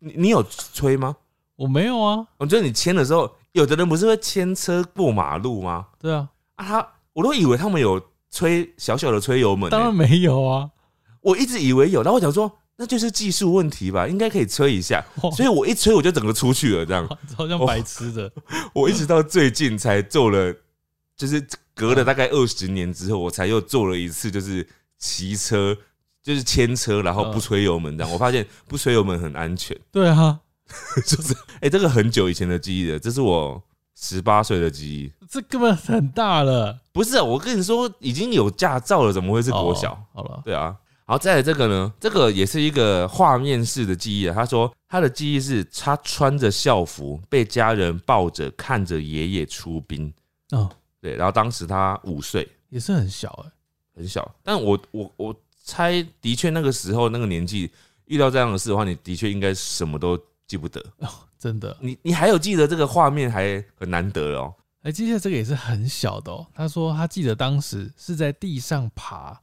你你有吹吗？
我没有啊，
我觉得你牵的时候，有的人不是会牵车过马路吗？
对啊，
啊，他我都以为他们有吹小小的吹油门、欸，
当然没有 啊，
我一直以为有，然后我想说那就是技术问题吧，应该可以吹一 下，
哇
所以我一吹我就整个出去了，这样。
哇超像
我
白痴的，
我一直到最近才做了，就是隔了大概二十年之后，我才又做了一次，就是骑车，就是牵车，然后不吹油门 这样。我发现不吹油门很安全，
对啊，
就是哎、欸这个很久以前的记忆了，这是我十八岁的记忆。
这根本很大了，
不是、啊，我跟你说，已经有驾照了，怎么会是国小？
哦好了，
对啊。然后再来这个呢，这个也是一个画面式的记忆啊。他说他的记忆是他穿着校服，被家人抱着看着爷爷出兵。
嗯，
对，然后当时他五岁，
也是很小哎、
很小，但我我我猜，的确那个时候那个年纪遇到这样的事的话，你的确应该什么都记不得。
真的。
你你还有记得这个画面，还很难得了哦。
哎，接下来这个也是很小的哦。他说他记得当时是在地上爬，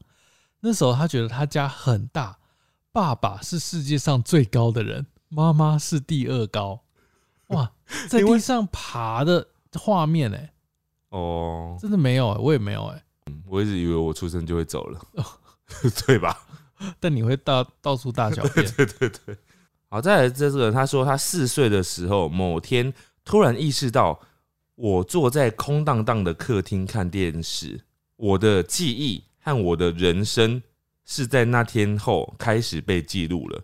那时候他觉得他家很大，爸爸是世界上最高的人，妈妈是第二高。哇，在
因为
地上爬的画面哎，
哦，
真的没有哎，我也没有哎。
我一直以为我出生就会走了，对吧？
但你会到到处大小便，
对对对。好，再来这个，他说他四岁的时候，某天突然意识到，我坐在空荡荡的客厅看电视，我的记忆和我的人生是在那天后开始被记录了。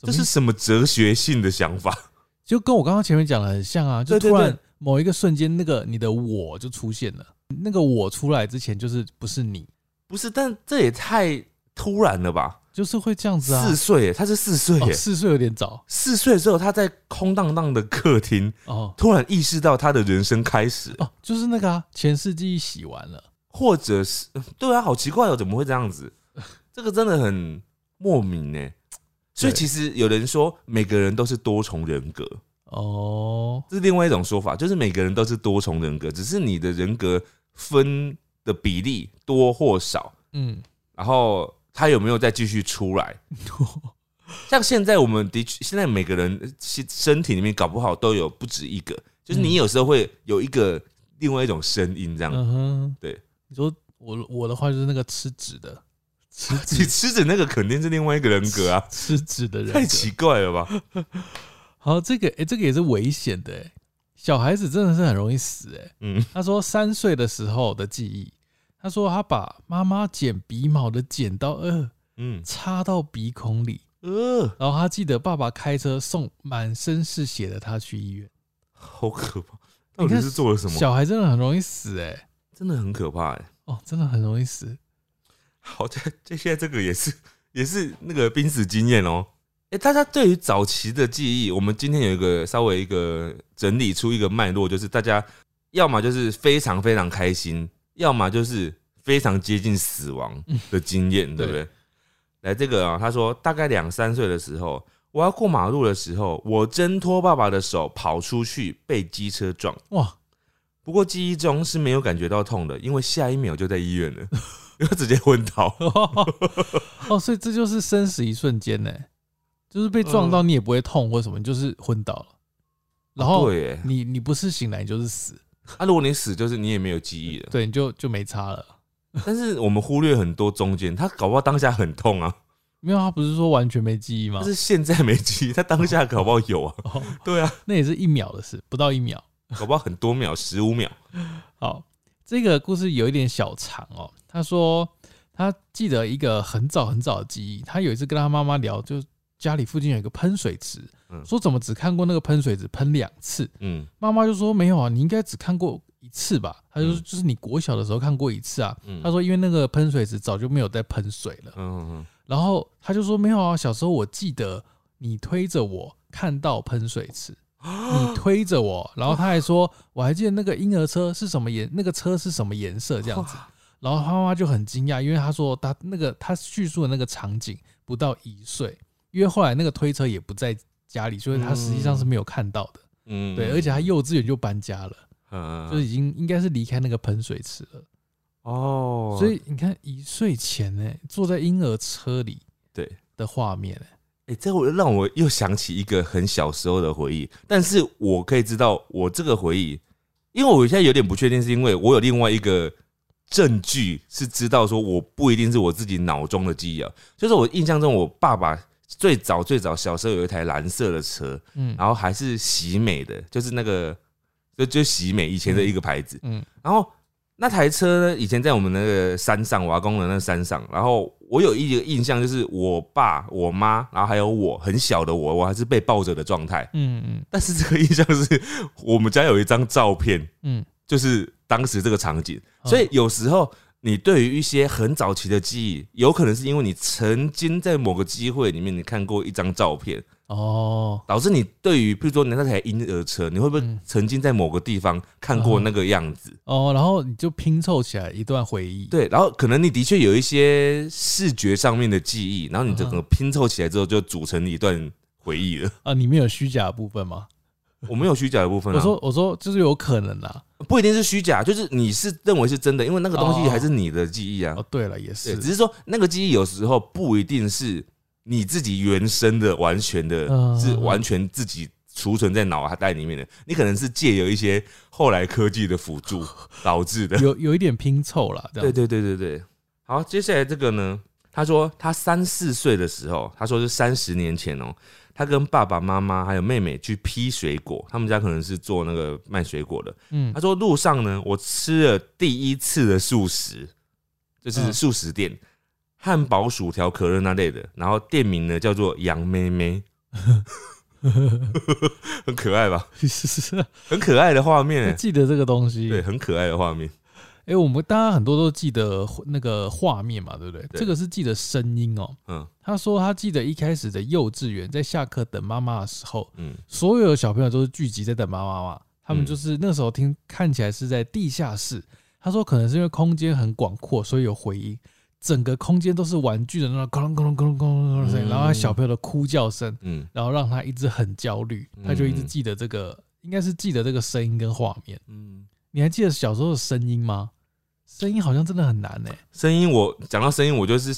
这是什么哲学性的想法？
就跟我刚刚前面讲的很像啊，就
对对
突然
对
某一个瞬间，那个你的我就出现了。那个我出来之前就是不是你，
不是，但这也太突然了吧？
就是会这样子啊。
四岁耶，他是四岁
哦
耶，
四岁有点早
四岁的时候，他在空荡荡的客厅
哦
突然意识到他的人生开始，
哦，就是那个啊，前世记忆洗完了，
或者是 对啊，好奇怪哦，怎么会这样子？这个真的很莫名呢。所以其实有人说每个人都是多重人格，
哦，
这是另外一种说法，就是每个人都是多重人格，只是你的人格分的比例多或少，
嗯，
然后他有没有再继续出来？像现在我们的确，现在每个人身身体里面搞不好都有不止一个，就是你
嗯
有时候会有一个另外一种声音这样。
嗯哼，
对，
你说我我的话就是那个吃纸的，吃
你
纸
吃着那个肯定是另外一个人格啊，
吃纸的人
太
格
奇怪了吧？
好，这个哎、诶这个也是危险的哎、小孩子真的是很容易死哎、
嗯，
他说三岁的时候的记忆，他说他把妈妈剪鼻毛的剪刀呃
嗯，
插到鼻孔里，
呃，
然后他记得爸爸开车送满身是血的他去医院。
好可怕！到
你
底
看
是做了什么？
小孩真的很容易死哎、
真的很可怕哎、
哦，真的很容易死。
好，这这现在这个也是也是那个濒死经验哦。哎、大家对于早期的记忆，我们今天有一个稍微一个整理出一个脉络，就是大家要么就是非常非常开心，要么就是非常接近死亡的经验，对不对？来，这个啊，他说大概两三岁的时候，我要过马路的时候，我挣脱爸爸的手跑出去，被机车撞。
哇，
不过记忆中是没有感觉到痛的，因为下一秒就在医院了， 因为直接昏倒。
哦，所以这就是生死一瞬间呢、就是被撞
嗯
到你也不会痛或什么，你就是昏倒了，然后
对耶，
你你不是醒来你就是死，
啊，如果你死，就是你也没有记忆了。
对，你就就没差了。
但是我们忽略很多中间，他搞不好当下很痛啊，
没有，他不是说完全没记忆吗
但？是现在没记忆，他当下搞不好有啊。
哦，
对啊，
那也是一秒的事，不到一秒。
搞不好很多秒，十五秒。
好，这个故事有一点小长哦。他说他记得一个很早很早的记忆，他有一次跟他妈妈聊，就家里附近有一个喷水池，
嗯
说怎么只看过那个喷水池喷两次，
嗯
妈妈就说没有啊，你应该只看过一次吧。他就说
嗯
就是你国小的时候看过一次啊。
嗯，
他说因为那个喷水池早就没有在喷水了。
嗯，嗯
然后他就说没有啊，小时候我记得你推着我看到喷水池，
啊
你推着我，然后他还说我还记得那个婴儿车是什么颜，那个车是什么颜色这样子。然后他妈妈就很惊讶，因为他说他那个他叙述的那个场景不到一岁，因为后来那个推车也不在家里，所以他实际上是没有看到的。
嗯
对，而且他幼稚园就搬家了，
嗯
就是已经应该是离开那个喷水池了。
哦，
所以你看一岁前呢、坐在婴儿车里
对。
的画面、欸，
哎、这我让我又想起一个很小时候的回忆，但是我可以知道我这个回忆，因为我现在有点不确定，是因为我有另外一个证据是知道说我不一定是我自己脑中的记忆啊，就是我印象中我爸爸最早最早小时候有一台蓝色的车，
嗯，
然后还是喜美的，就是那个就就喜美以前的一个牌子，
嗯
然后那台车呢，以前在我们那个山上，瓦工的那个山上。然后我有一个印象，就是我爸、我妈，然后还有我很小的我，我还是被抱着的状态。
嗯嗯
但是这个印象是我们家有一张照片，
嗯，
就是当时这个场景。所以有时候你对于一些很早期的记忆，有可能是因为你曾经在某个机会里面你看过一张照片，
哦，
导致你对于，譬如说你那台婴儿车，你会不会
嗯
曾经在某个地方看过那个样子？
哦，然后你就拼凑起来一段回忆，，
对，然后可能你的确有一些视觉上面的记忆，然后你整个
嗯
拼凑起来之后，就组成一段回忆了。
啊，里面有虚假的部分吗？
我没有虚假的部分、啊，
我说我说就是有可能啊啦。
不一定是虚假，就是你是认为是真的，因为那个东西
哦
还是你的记忆啊。
哦，对了，也
对，
是
只，是说那个记忆有时候不一定是你自己原生的、完全的，
嗯
是完全自己储存在脑袋里面的。你可能是借由一些后来科技的辅助导致的。
有有一点拼凑啦，这
对
样，
对对对对。好，接下来这个呢，他说他三四岁的时候，他说是三十年前哦、他跟爸爸妈妈还有妹妹去批水果，他们家可能是做那个卖水果的。
嗯
他说路上呢，我吃了第一次的素食，就是
嗯
素食店。汉堡、薯条、可乐那类的，然后店名呢叫做“杨妹妹”， 很可爱吧？
是是是，
很可爱的画面、 欸，
记得这个东西。
对，，很可爱的画面。
哎、我们大家很多都记得那个画面嘛，对不对？
对
这个是记得声音哦、
嗯
他说他记得一开始的幼稚园，在下课等妈妈的时候，
嗯，
所有的小朋友都是聚集在等妈妈嘛。他们
嗯
就是那时候听看起来是在地下室，他说可能是因为空间很广阔，所以有回音，整个空间都是玩具的那种咚咚咚咚咚咚咚的声音，
嗯
然后小朋友的哭叫声，
嗯
然后让他一直很焦虑，他就一直
嗯
记得这个，应该是记得这个声音跟画面。
嗯，
你还记得小时候的声音吗？声音好像真的很难呢、欸
声音我讲到声音，我就是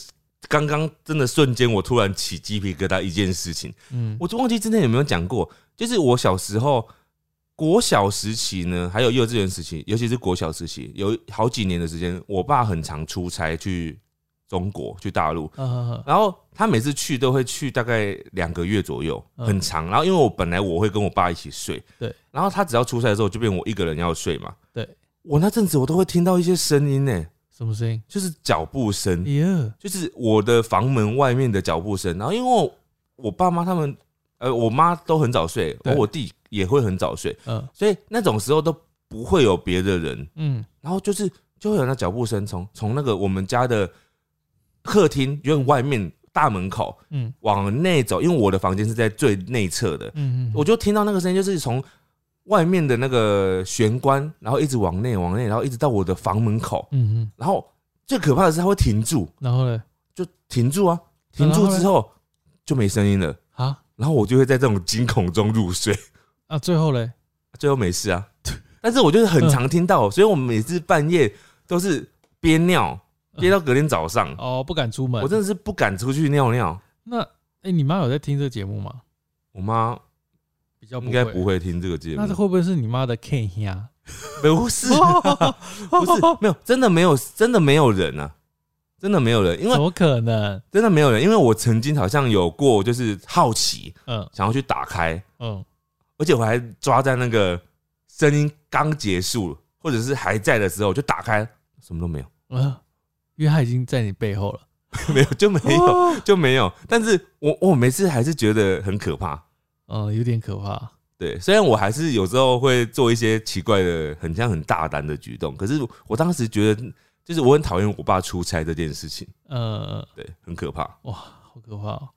刚刚真的瞬间，我突然起鸡皮疙瘩一件事情，
嗯，
我就忘记之前有没有讲过，就是我小时候国小时期呢，还有幼稚园时期，尤其是国小时期，有好几年的时间，我爸很常出差去中国去大陆，
呃，
然后他每次去都会去大概两个月左右，
嗯
很长。然后因为我本来我会跟我爸一起睡，
对。
然后他只要出差的时候，就变我一个人要睡嘛。
对。
我那阵子我都会听到一些声音呢，
什么声音？
就是脚步声，
耶、
就是我的房门外面的脚步声。然后因为我我爸妈他们，呃，我妈都很早睡，
对
我弟也会很早睡，
嗯
所以那种时候都不会有别的人。
嗯
然后就是就会有那脚步声从从那个我们家的客厅，因为外面大门口
嗯
往内走，因为我的房间是在最内侧的，
嗯嗯，
我就听到那个声音，就是从外面的那个玄关，然后一直往内往内，然后一直到我的房门口，
嗯嗯，
然后最可怕的是它会停住，
然后呢？
就停住啊，停住之后就没声音了，
啊
然后我就会在这种惊恐中入睡。
啊，最后嘞，
最后没事啊。但是我就是很常听到，所以我们每次半夜都是憋尿，憋到隔天早上，
嗯哦，不敢出门。
我真的是不敢出去尿尿。
那哎、你妈有在听这个节目吗？
我妈
比较
应该不会听这个节
那这
目，
会不会是你妈的 K 呀？
不是啊，不是，没有，真的没有，真的没有人啊，真的没有人，因
怎
为
么可能？
真的没有人，因为我曾经好像有过，就是好奇
嗯
想要去打开，
嗯，
而且我还抓在那个声音刚结束或者是还在的时候我就打开，什么都没有。
啊，因为她已经在你背后了。
没有就没有就没有，但是我我每次还是觉得很可怕。
嗯，有点可怕。
对，虽然我还是有时候会做一些奇怪的、很像很大胆的举动，可是我当时觉得，就是我很讨厌我爸出差这件事情，
呃，
对，很可怕。
哇，好可怕、哦。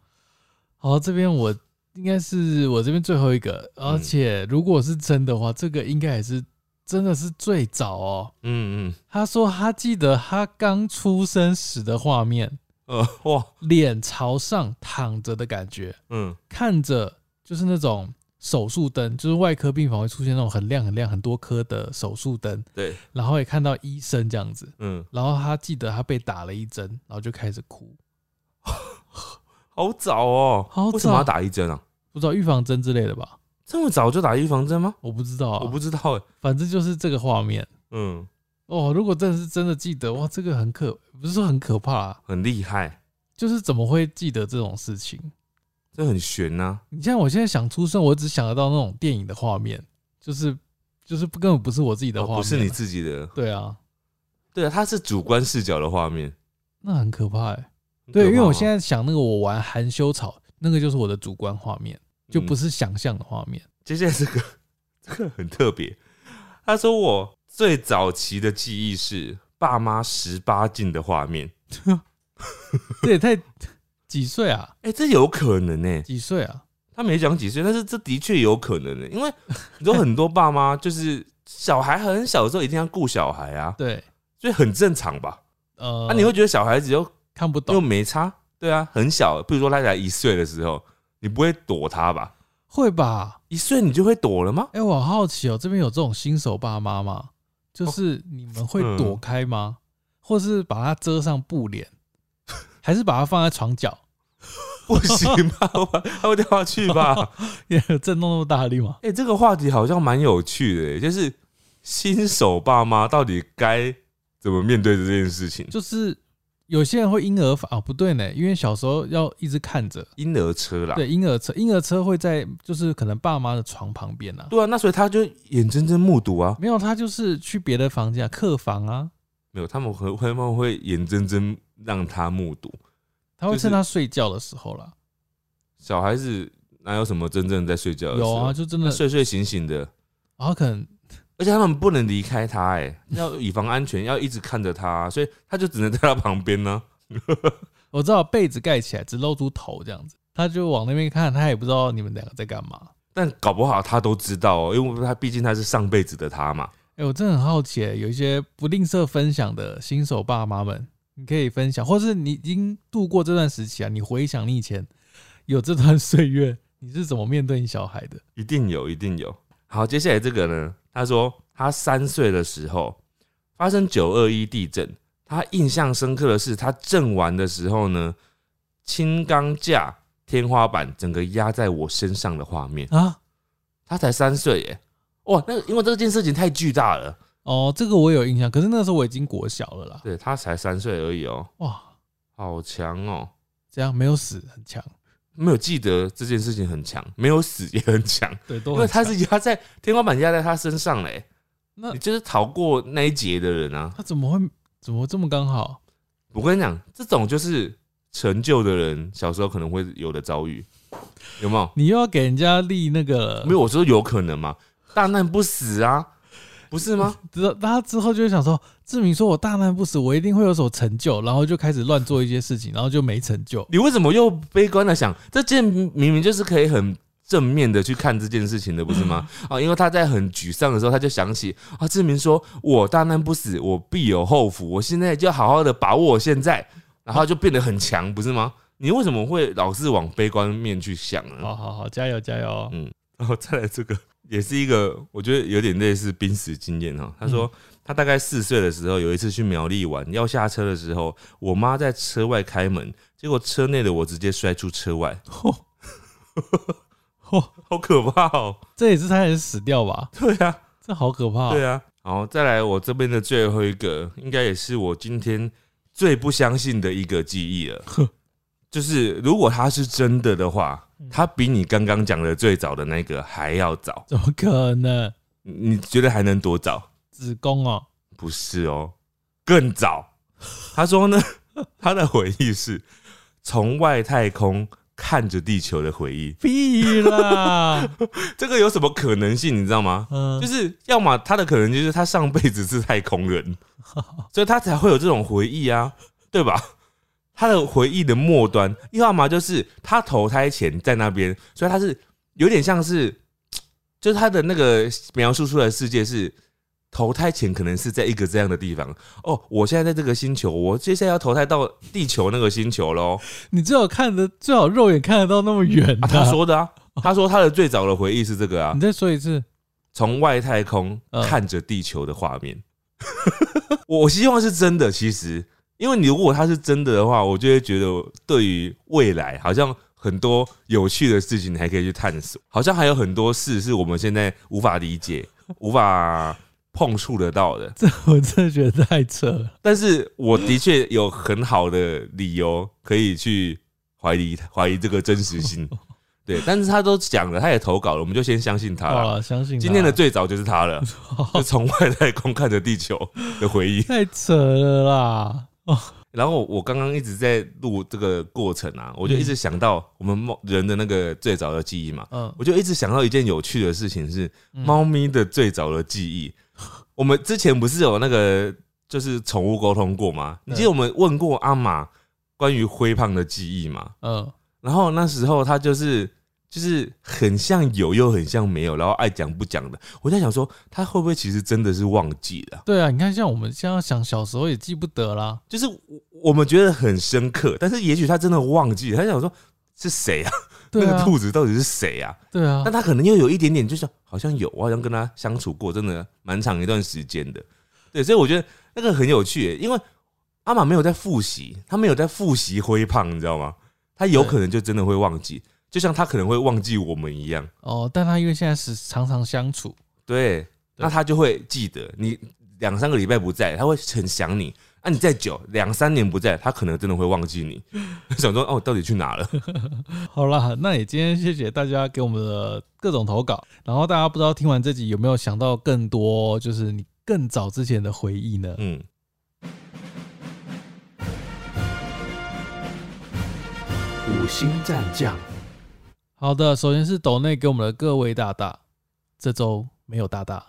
好，这边我应该是我这边最后一个，而且如果是真的话，这个应该也是真的是最早哦。
嗯嗯，
他说他记得他刚出生时的画面，
呃，哇，
脸朝上躺着的感觉。
嗯
看着就是那种手术灯，就是外科病房会出现那种很亮很亮很多颗的手术灯，
对，
然后也看到医生这样子，
嗯，
然后他记得他被打了一针，然后就开始哭，
好早哦，
好
为什么
早
要打一针啊？
不知道预防针之类的吧，
这么早就打预防针吗？
我不知道、啊，
我不，知道哎、
反正就是这个画面
嗯，
哦。如果真的是真的记得，哇，这个很可，不是说很可怕、啊，
很厉害，
就是怎么会记得这种事情？
这很啊悬呐、
你像我现在想出生，我只想得到那种电影的画面，就是就是根本不是我自己的
哦
画面啊、
不是你自己的，
对啊，
对啊，它是主观视角的画面。
那很可怕哎、
很
对，
可
因为
怕
我
哦
现在想那个我玩含羞草，那个就是我的主观画面，就
嗯
不是想象的画面。
接下来这个 这个很特别，他说我最早期的记忆是爸妈十八禁的画面，
这也太几岁啊？
哎、这有可能呢、
几岁啊？
他没讲几岁，但是这的确有可能呢、因为有很多爸妈就是小孩很小的时候一定要顾小孩啊，
对，
所以很正常吧？
呃，
啊，你会觉得小孩子又
看不
又
懂，
没差，对啊，很小，比如说他才一岁的时候，你不会躲他吧？
会吧？
一岁你就会躲 了吗？
哎、我好好奇哦，这边有这种新手爸妈吗？就是你们会
哦嗯
躲开吗？或是把它遮上布帘，还是把它放在床角？
不行吧？ 他会掉下去吧？
也有震动那么大力吗？
哎、这个话题好像蛮有趣的耶，就是新手爸妈到底该怎么面对这件事情？
就是有些人会婴儿法哦，不对呢，因为小时候要一直看着，
婴儿车啦。
对，婴儿车，婴儿车会在就是可能爸妈的床旁边啊，
对啊，那所以他就眼睁睁目睹啊，
没有他就是去别的房间、啊、客房啊，
没有他们会他们会眼睁睁让他目睹。
他会
就是
趁他睡觉的时候啦，
小孩子哪有什么真正在睡觉的时
有
候？
啊，就真的
那，睡睡醒醒的，
然后可能
而且他们不能离开他、哎， 要以防安全，要一直看着他、啊所以他就只能在他旁边呢、
我知道被子盖起来，只露出头这样子，他就往那边看，他也不知道你们两个在干嘛。
但搞不好他都知道哦、因为他毕竟他是上辈子的他嘛。
哎、我真的很好奇，有一些不吝啬分享的新手爸妈们，你可以分享，或是你已经度过这段时期啊，你回想你以前有这段 岁月，你是怎么面对你小孩的？
一定有，一定有。好，接下来这个呢？他说他三岁的时候发生九二一地震，他印象深刻的是他震完的时候呢，轻钢架天花板整个压在我身上的画面。
啊，
他才三岁耶，哇，那个因为这件事情太巨大了，
哦，这个我有印象，可是那时候我已经国小了啦。
对他才三岁而已哦、
哇，
好强哦、
这样没有死很强，
没有记得这件事情很强，没有死也很强，
对，都
因
很
为他
强
是压在天花板压在他身上嘞，
那
你就是逃过那一劫的人啊。
他怎么会怎么这么刚好？
我跟你讲，这种就是成就的人小时候可能会有的遭遇，有没有？
你又要给人家立那个了
没有，我说有可能嘛，大难不死啊，不是吗？
之后，他之后就会想说，志明说我大难不死，我一定会有所成就，然后就开始乱做一些事情，然后就没成就。
你为什么又悲观的想？这件明明就是可以很正面的去看这件事情的，不是吗？啊，因为他在很沮丧的时候，他就想起啊，志明说：“我大难不死，我必有后福，我现在就好好的把握我现在。”然后就变得很强，不是吗？你为什么会老是往悲观面去想呢？
好好好，加油加油！
嗯，然后再来这个也是一个，我觉得有点类似濒死经验哈。他说他大概四岁的时候，有一次去苗栗玩，要下车的时候，我妈在车外开门，结果车内的我直接摔出车外，
嚯嚯，
好可怕哦、
这也是差点死掉吧？
对啊，
这好可怕、
对啊。然后再来我这边的最后一个，应该也是我今天最不相信的一个记忆了。就是如果它是真的的话，它比你刚刚讲的最早的那个还要早。
怎么可能？
你你觉得还能多早？
子宫 哦，
不是哦，更早。他说呢， 他的回忆是从外太空看着地球的回忆。
屁 啦！
这个有什么可能性？你知道吗？
嗯，
就是要么他的可能就是他上辈子是太空人，所以他才会有这种回忆啊，对吧？他的回忆的末端，要么就是他投胎前在那边，所以他是有点像是，就是他的那个描述出来的世界是投胎前可能是在一个这样的地方哦，我现在在这个星球，我接下来要投胎到地球那个星球喽。
你最好看的，最好肉眼看得到那么远、
啊，他，说的啊，他说他的最早的回忆是这个啊
你，再说一次，
从外太空
嗯
看着地球的画面。 我希望是真的，其实，因为你如果它是真的的话，我就会觉得对于未来好像很多有趣的事情你还可以去探索，好像还有很多事是我们现在无法理解、 无法碰触得到的。
这我真的觉得太扯了。
但是我的确有很好的理由可以去怀疑怀疑这个真实性。对，但是他都讲了，他也投稿了，我们就先相信他
好
了。
了，相信他。
今天的最早就是他了，就从外太空看着地球的回忆
太扯了啦！哦，
然后我刚刚一直在录这个过程啊，我就一直想到我们猫人的那个最早的记忆嘛，
嗯，
我就一直想到一件有趣的事情是
嗯
猫咪的最早的记忆。我们之前不是有那个就是宠物沟通过吗？你记得我们问过阿玛关于灰胖的记忆吗？
嗯，
然后那时候他就是就是很像有又很像没有，然后爱讲不讲的。我在想说，他会不会其实真的是忘记了？
对啊，你看，像我们现在想小时候也记不得啦。
就是我我们觉得很深刻，但是也许他真的忘记了。他想说是谁啊？
对
那个
啊，
兔子到底是谁啊？
对啊
但，他可能又有一点点，就是好像有，我好像跟他相处过，真的蛮长一段时间的。对，所以我觉得那个很有趣耶，因为阿玛没有在复习，他没有在复习灰胖，你知道吗？他有可能就真的会忘记，就像他可能会忘记我们一样。
哦，但他因为现在是常常相处，
对，那他就会记得你两三个礼拜不在，他会很想你，啊，你再久两三年不在，他可能真的会忘记你， 想说哦，到底去哪了？
好啦，那也今天谢谢大家给我们的各种投稿。然后大家不知道听完这集有没有想到更多，就是你更早之前的回忆呢？
嗯，
五星战将，
好的，首先是斗内给我们的各位大大，这周没有大大。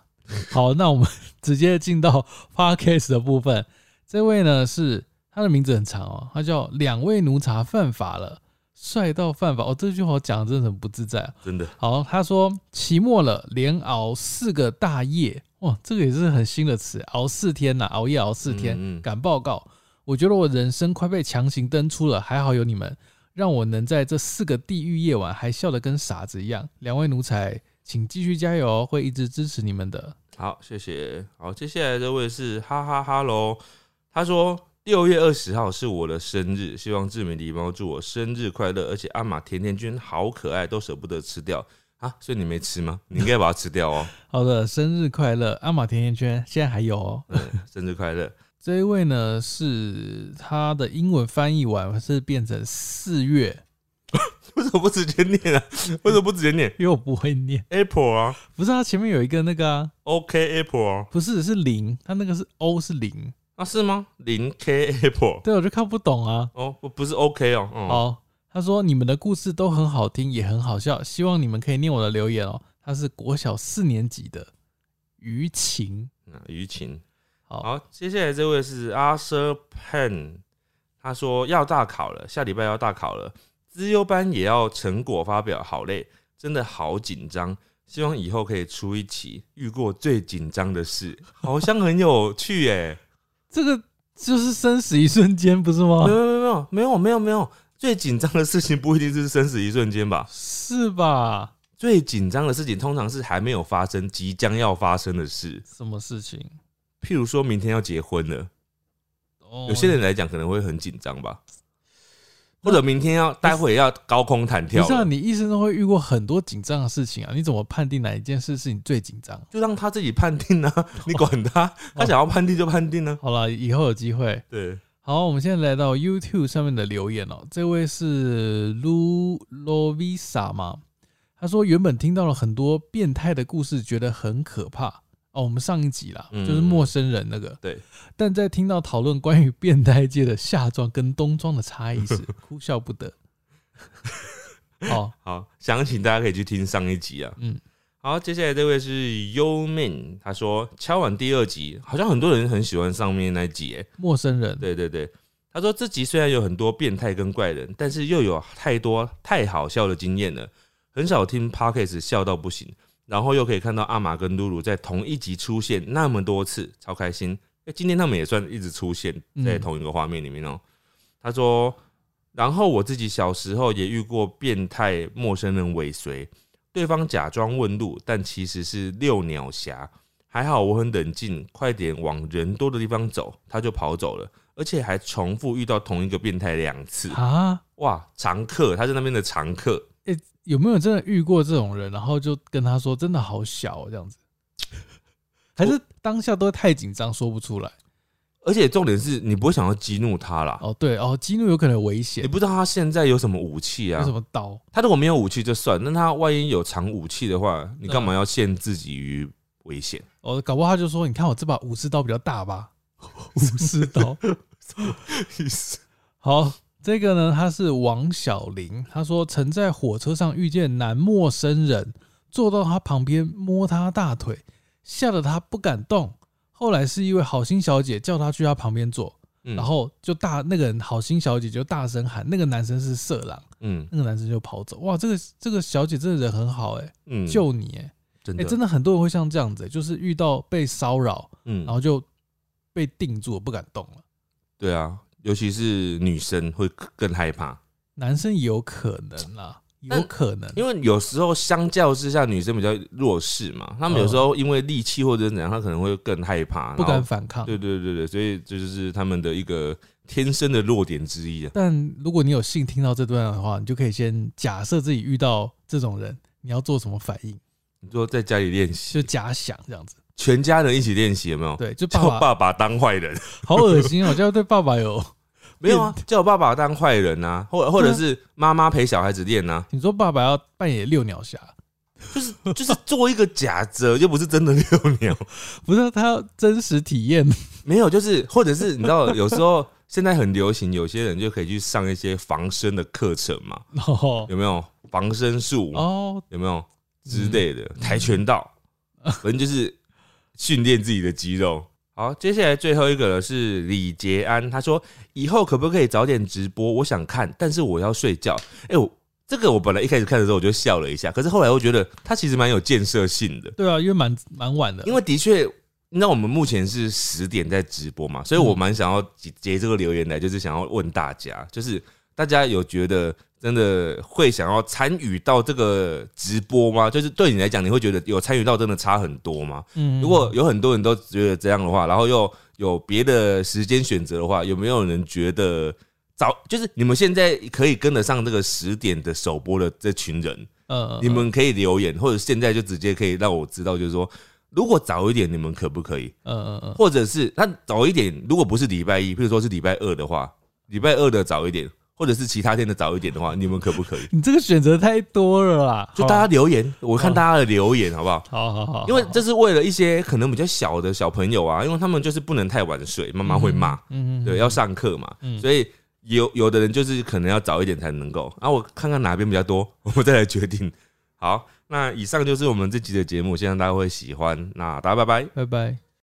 好，那我们直接进到 podcast 的部分。这位呢是他的名字很长哦，他叫两位奴才犯法了，帅到犯法。哦，这句话我讲的真的很不自在啊。
真的，
好，他说期末了，连熬四个大夜，哇，这个也是很新的词，熬四天呐、熬夜熬四天，
嗯嗯
赶报告。我觉得我人生快被强行登出了，还好有你们，让我能在这四个地狱夜晚还笑得跟傻子一样。两位奴才，请继续加油哦，会一直支持你们的。
好，谢谢。好，接下来这位是哈哈哈喽，他说六月二十号是我的生日，希望志美狸猫祝我生日快乐，而且阿玛甜甜圈好可爱，都舍不得吃掉啊！所以你没吃吗？你应该把它吃掉哦。
好的，生日快乐，阿玛甜甜圈，现在还有哦。
对，嗯生日快乐。
这一位呢是他的英文翻译完是变成四月，
为什么不直接念啊？ 为什么不直接念
因为我不会念，
April 啊
不是他前面有一个那个啊。
？OK April 啊？
不是，是零，他那个是 O 是零，
啊是吗？零 K April
对，我就看不懂啊。
哦，不不是 OK 哦。哦
好，他说你们的故事都很好听，也很好笑，希望你们可以念我的留言哦。他是国小四年级的于晴，
那嗯舆情。
好
好，接下来这位是阿 Sir Pen，他说要大考了，下礼拜要大考了，资优班也要成果发表，好累，真的好紧张。希望以后可以出一期遇过最紧张的事，好像很有趣耶、
这个就是生死一瞬间，不是吗
没？有没有没有没有没有没有，最紧张的事情不一定是生死一瞬间吧？
是吧？
最紧张的事情通常是还没有发生，即将要发生的事。
什么事情？
譬如说明天要结婚了，
哦
有些人来讲可能会很紧张吧，或者明天要待会要高空弹
不
跳
是啊，
了，
你一生中会遇过很多紧张的事情啊，你怎么判定哪一件事是你最紧张？
就让他自己判定 啊，你管他，
哦
他想要判定就判定呢、
好了，以后有机会。
对，
好，我们现在来到 YouTube 上面的留言哦。这位是 Lu Lovisa 吗？他说原本听到了很多变态的故事，觉得很可怕哦。我们上一集啦，
嗯
就是陌生人那个。
对。
但在听到讨论关于变态界的夏装跟冬装的差异 时，哭笑不得。 好，
好，详情大家可以去听上一集啊。
嗯，
好，接下来这位是 U Man，他说敲完第二集，好像很多人很喜欢上面那一集、欸，
陌生人。
对对对。他说这集虽然有很多变态跟怪人，但是又有太多太好笑的经验了，很少听 Parkes 笑到不行，然后又可以看到阿玛跟露露在同一集出现那么多次，超开心。哎、今天他们也算一直出现在
嗯
同一个画面里面哦、他说，然后我自己小时候也遇过变态陌生人尾随，对方假装问路，但其实是遛鸟侠。还好我很冷静，快点往人多的地方走，他就跑走了，而且还重复遇到同一个变态两次。
啊，
哇，常客，他是那边的常客，
有没有真的遇过这种人？然后就跟他说真的好小、哦、这样子，还是当下都太紧张说不出来？
而且重点是你不会想要激怒他啦，
哦，对哦，激怒有可能有危
你
险，
不知道他现在有什么武器
有
啊
什？么刀？
他如果没有武器就算，那他万一有藏武器的话，你干嘛
嗯
要陷自己于危险？
哦，搞不好他就说，你看我这把武士刀比较大吧，武士刀。 好，这个呢，他是王小林，他说曾在火车上遇见男陌生人，坐到他旁边摸他大腿，吓得他不敢动。后来是一位好心小姐叫他去他旁边坐，
嗯
然后就大那个人好心小姐就大声喊，那个男生是色狼，
嗯
那个男生就跑走。哇，这个这个小姐真的人很好哎、
嗯，
救你哎、
真
哎、
的
真的很多人会像这样子、就是遇到被骚扰，
嗯
然，后就被定住了，不敢动了。
对啊，尤其是女生会更害怕，
男生也有可能啦，有
但
可能，
因为有时候相较之下，女生比较弱势嘛，她们有时候因为力气或者怎样，她可能会更害怕，
不
然
敢
后。
反抗。
对对对对，所以这就是她们的一个天生的弱点之一啊。
但如果你有幸听到这段的话，你就可以先假设自己遇到这种人，你要做什么反应，
你说在家里练习
就，假想这样子。
全家人一起练习，有没有？
对，就
叫
爸爸
哦爸爸当坏人，
好恶心哦，就要对爸爸有
没有啊？叫爸爸当坏人啊，或或者是妈妈陪小孩子练 啊，
你说爸爸要扮演六鸟侠，
就是就是做一个假折，又不是真的遛鸟，
不是他要真实体验，
没有，就是或者是你知道，有时候现在很流行，有些人就可以去上一些防身的课程嘛，
哦
有没有？防身术
哦，
有没有之类的？跆拳道，反正就是训练自己的肌肉。好，接下来最后一个呢是李杰安，他说以后可不可以早点直播？我想看，但是我要睡觉。哎、我这个我本来一开始看的时候我就笑了一下，可是后来我觉得他其实蛮有建设性的，
对啊，因为蛮蛮晚的，
因为的确。你知道我们目前是十点在直播嘛，所以我蛮想要截截这个留言来，就是想要问大家，就是大家有觉得真的会想要参与到这个直播吗？就是对你来讲，你会觉得有参与到真的差很多吗？
嗯
如果有很多人都觉得这样的话，然后又有别的时间选择的话，有没有人觉得早就是你们现在可以跟得上这个十点的首播的这群人？
呃
你们可以留言，或者现在就直接可以让我知道，就是说如果早一点，你们可不可以？
呃呃
或者是那早一点，如果不是礼拜一，譬如说是礼拜二的话，礼拜二的早一点，或者是其他天的早一点的话，你们可不可以？
你这个选择太多了啦，
就大家留言，我看大家的留言好不好？
好好好，
因为这是为了一些可能比较小的小朋友啊，因为他们就是不能太晚睡，妈妈会骂，
嗯嗯
对，要上课嘛，所以有有的人就是可能要早一点才能够。啊，我看看哪边比较多， 我们再来决定。好，那以上就是我们这集的节目，希望大家会喜欢。那大家拜拜。
拜拜。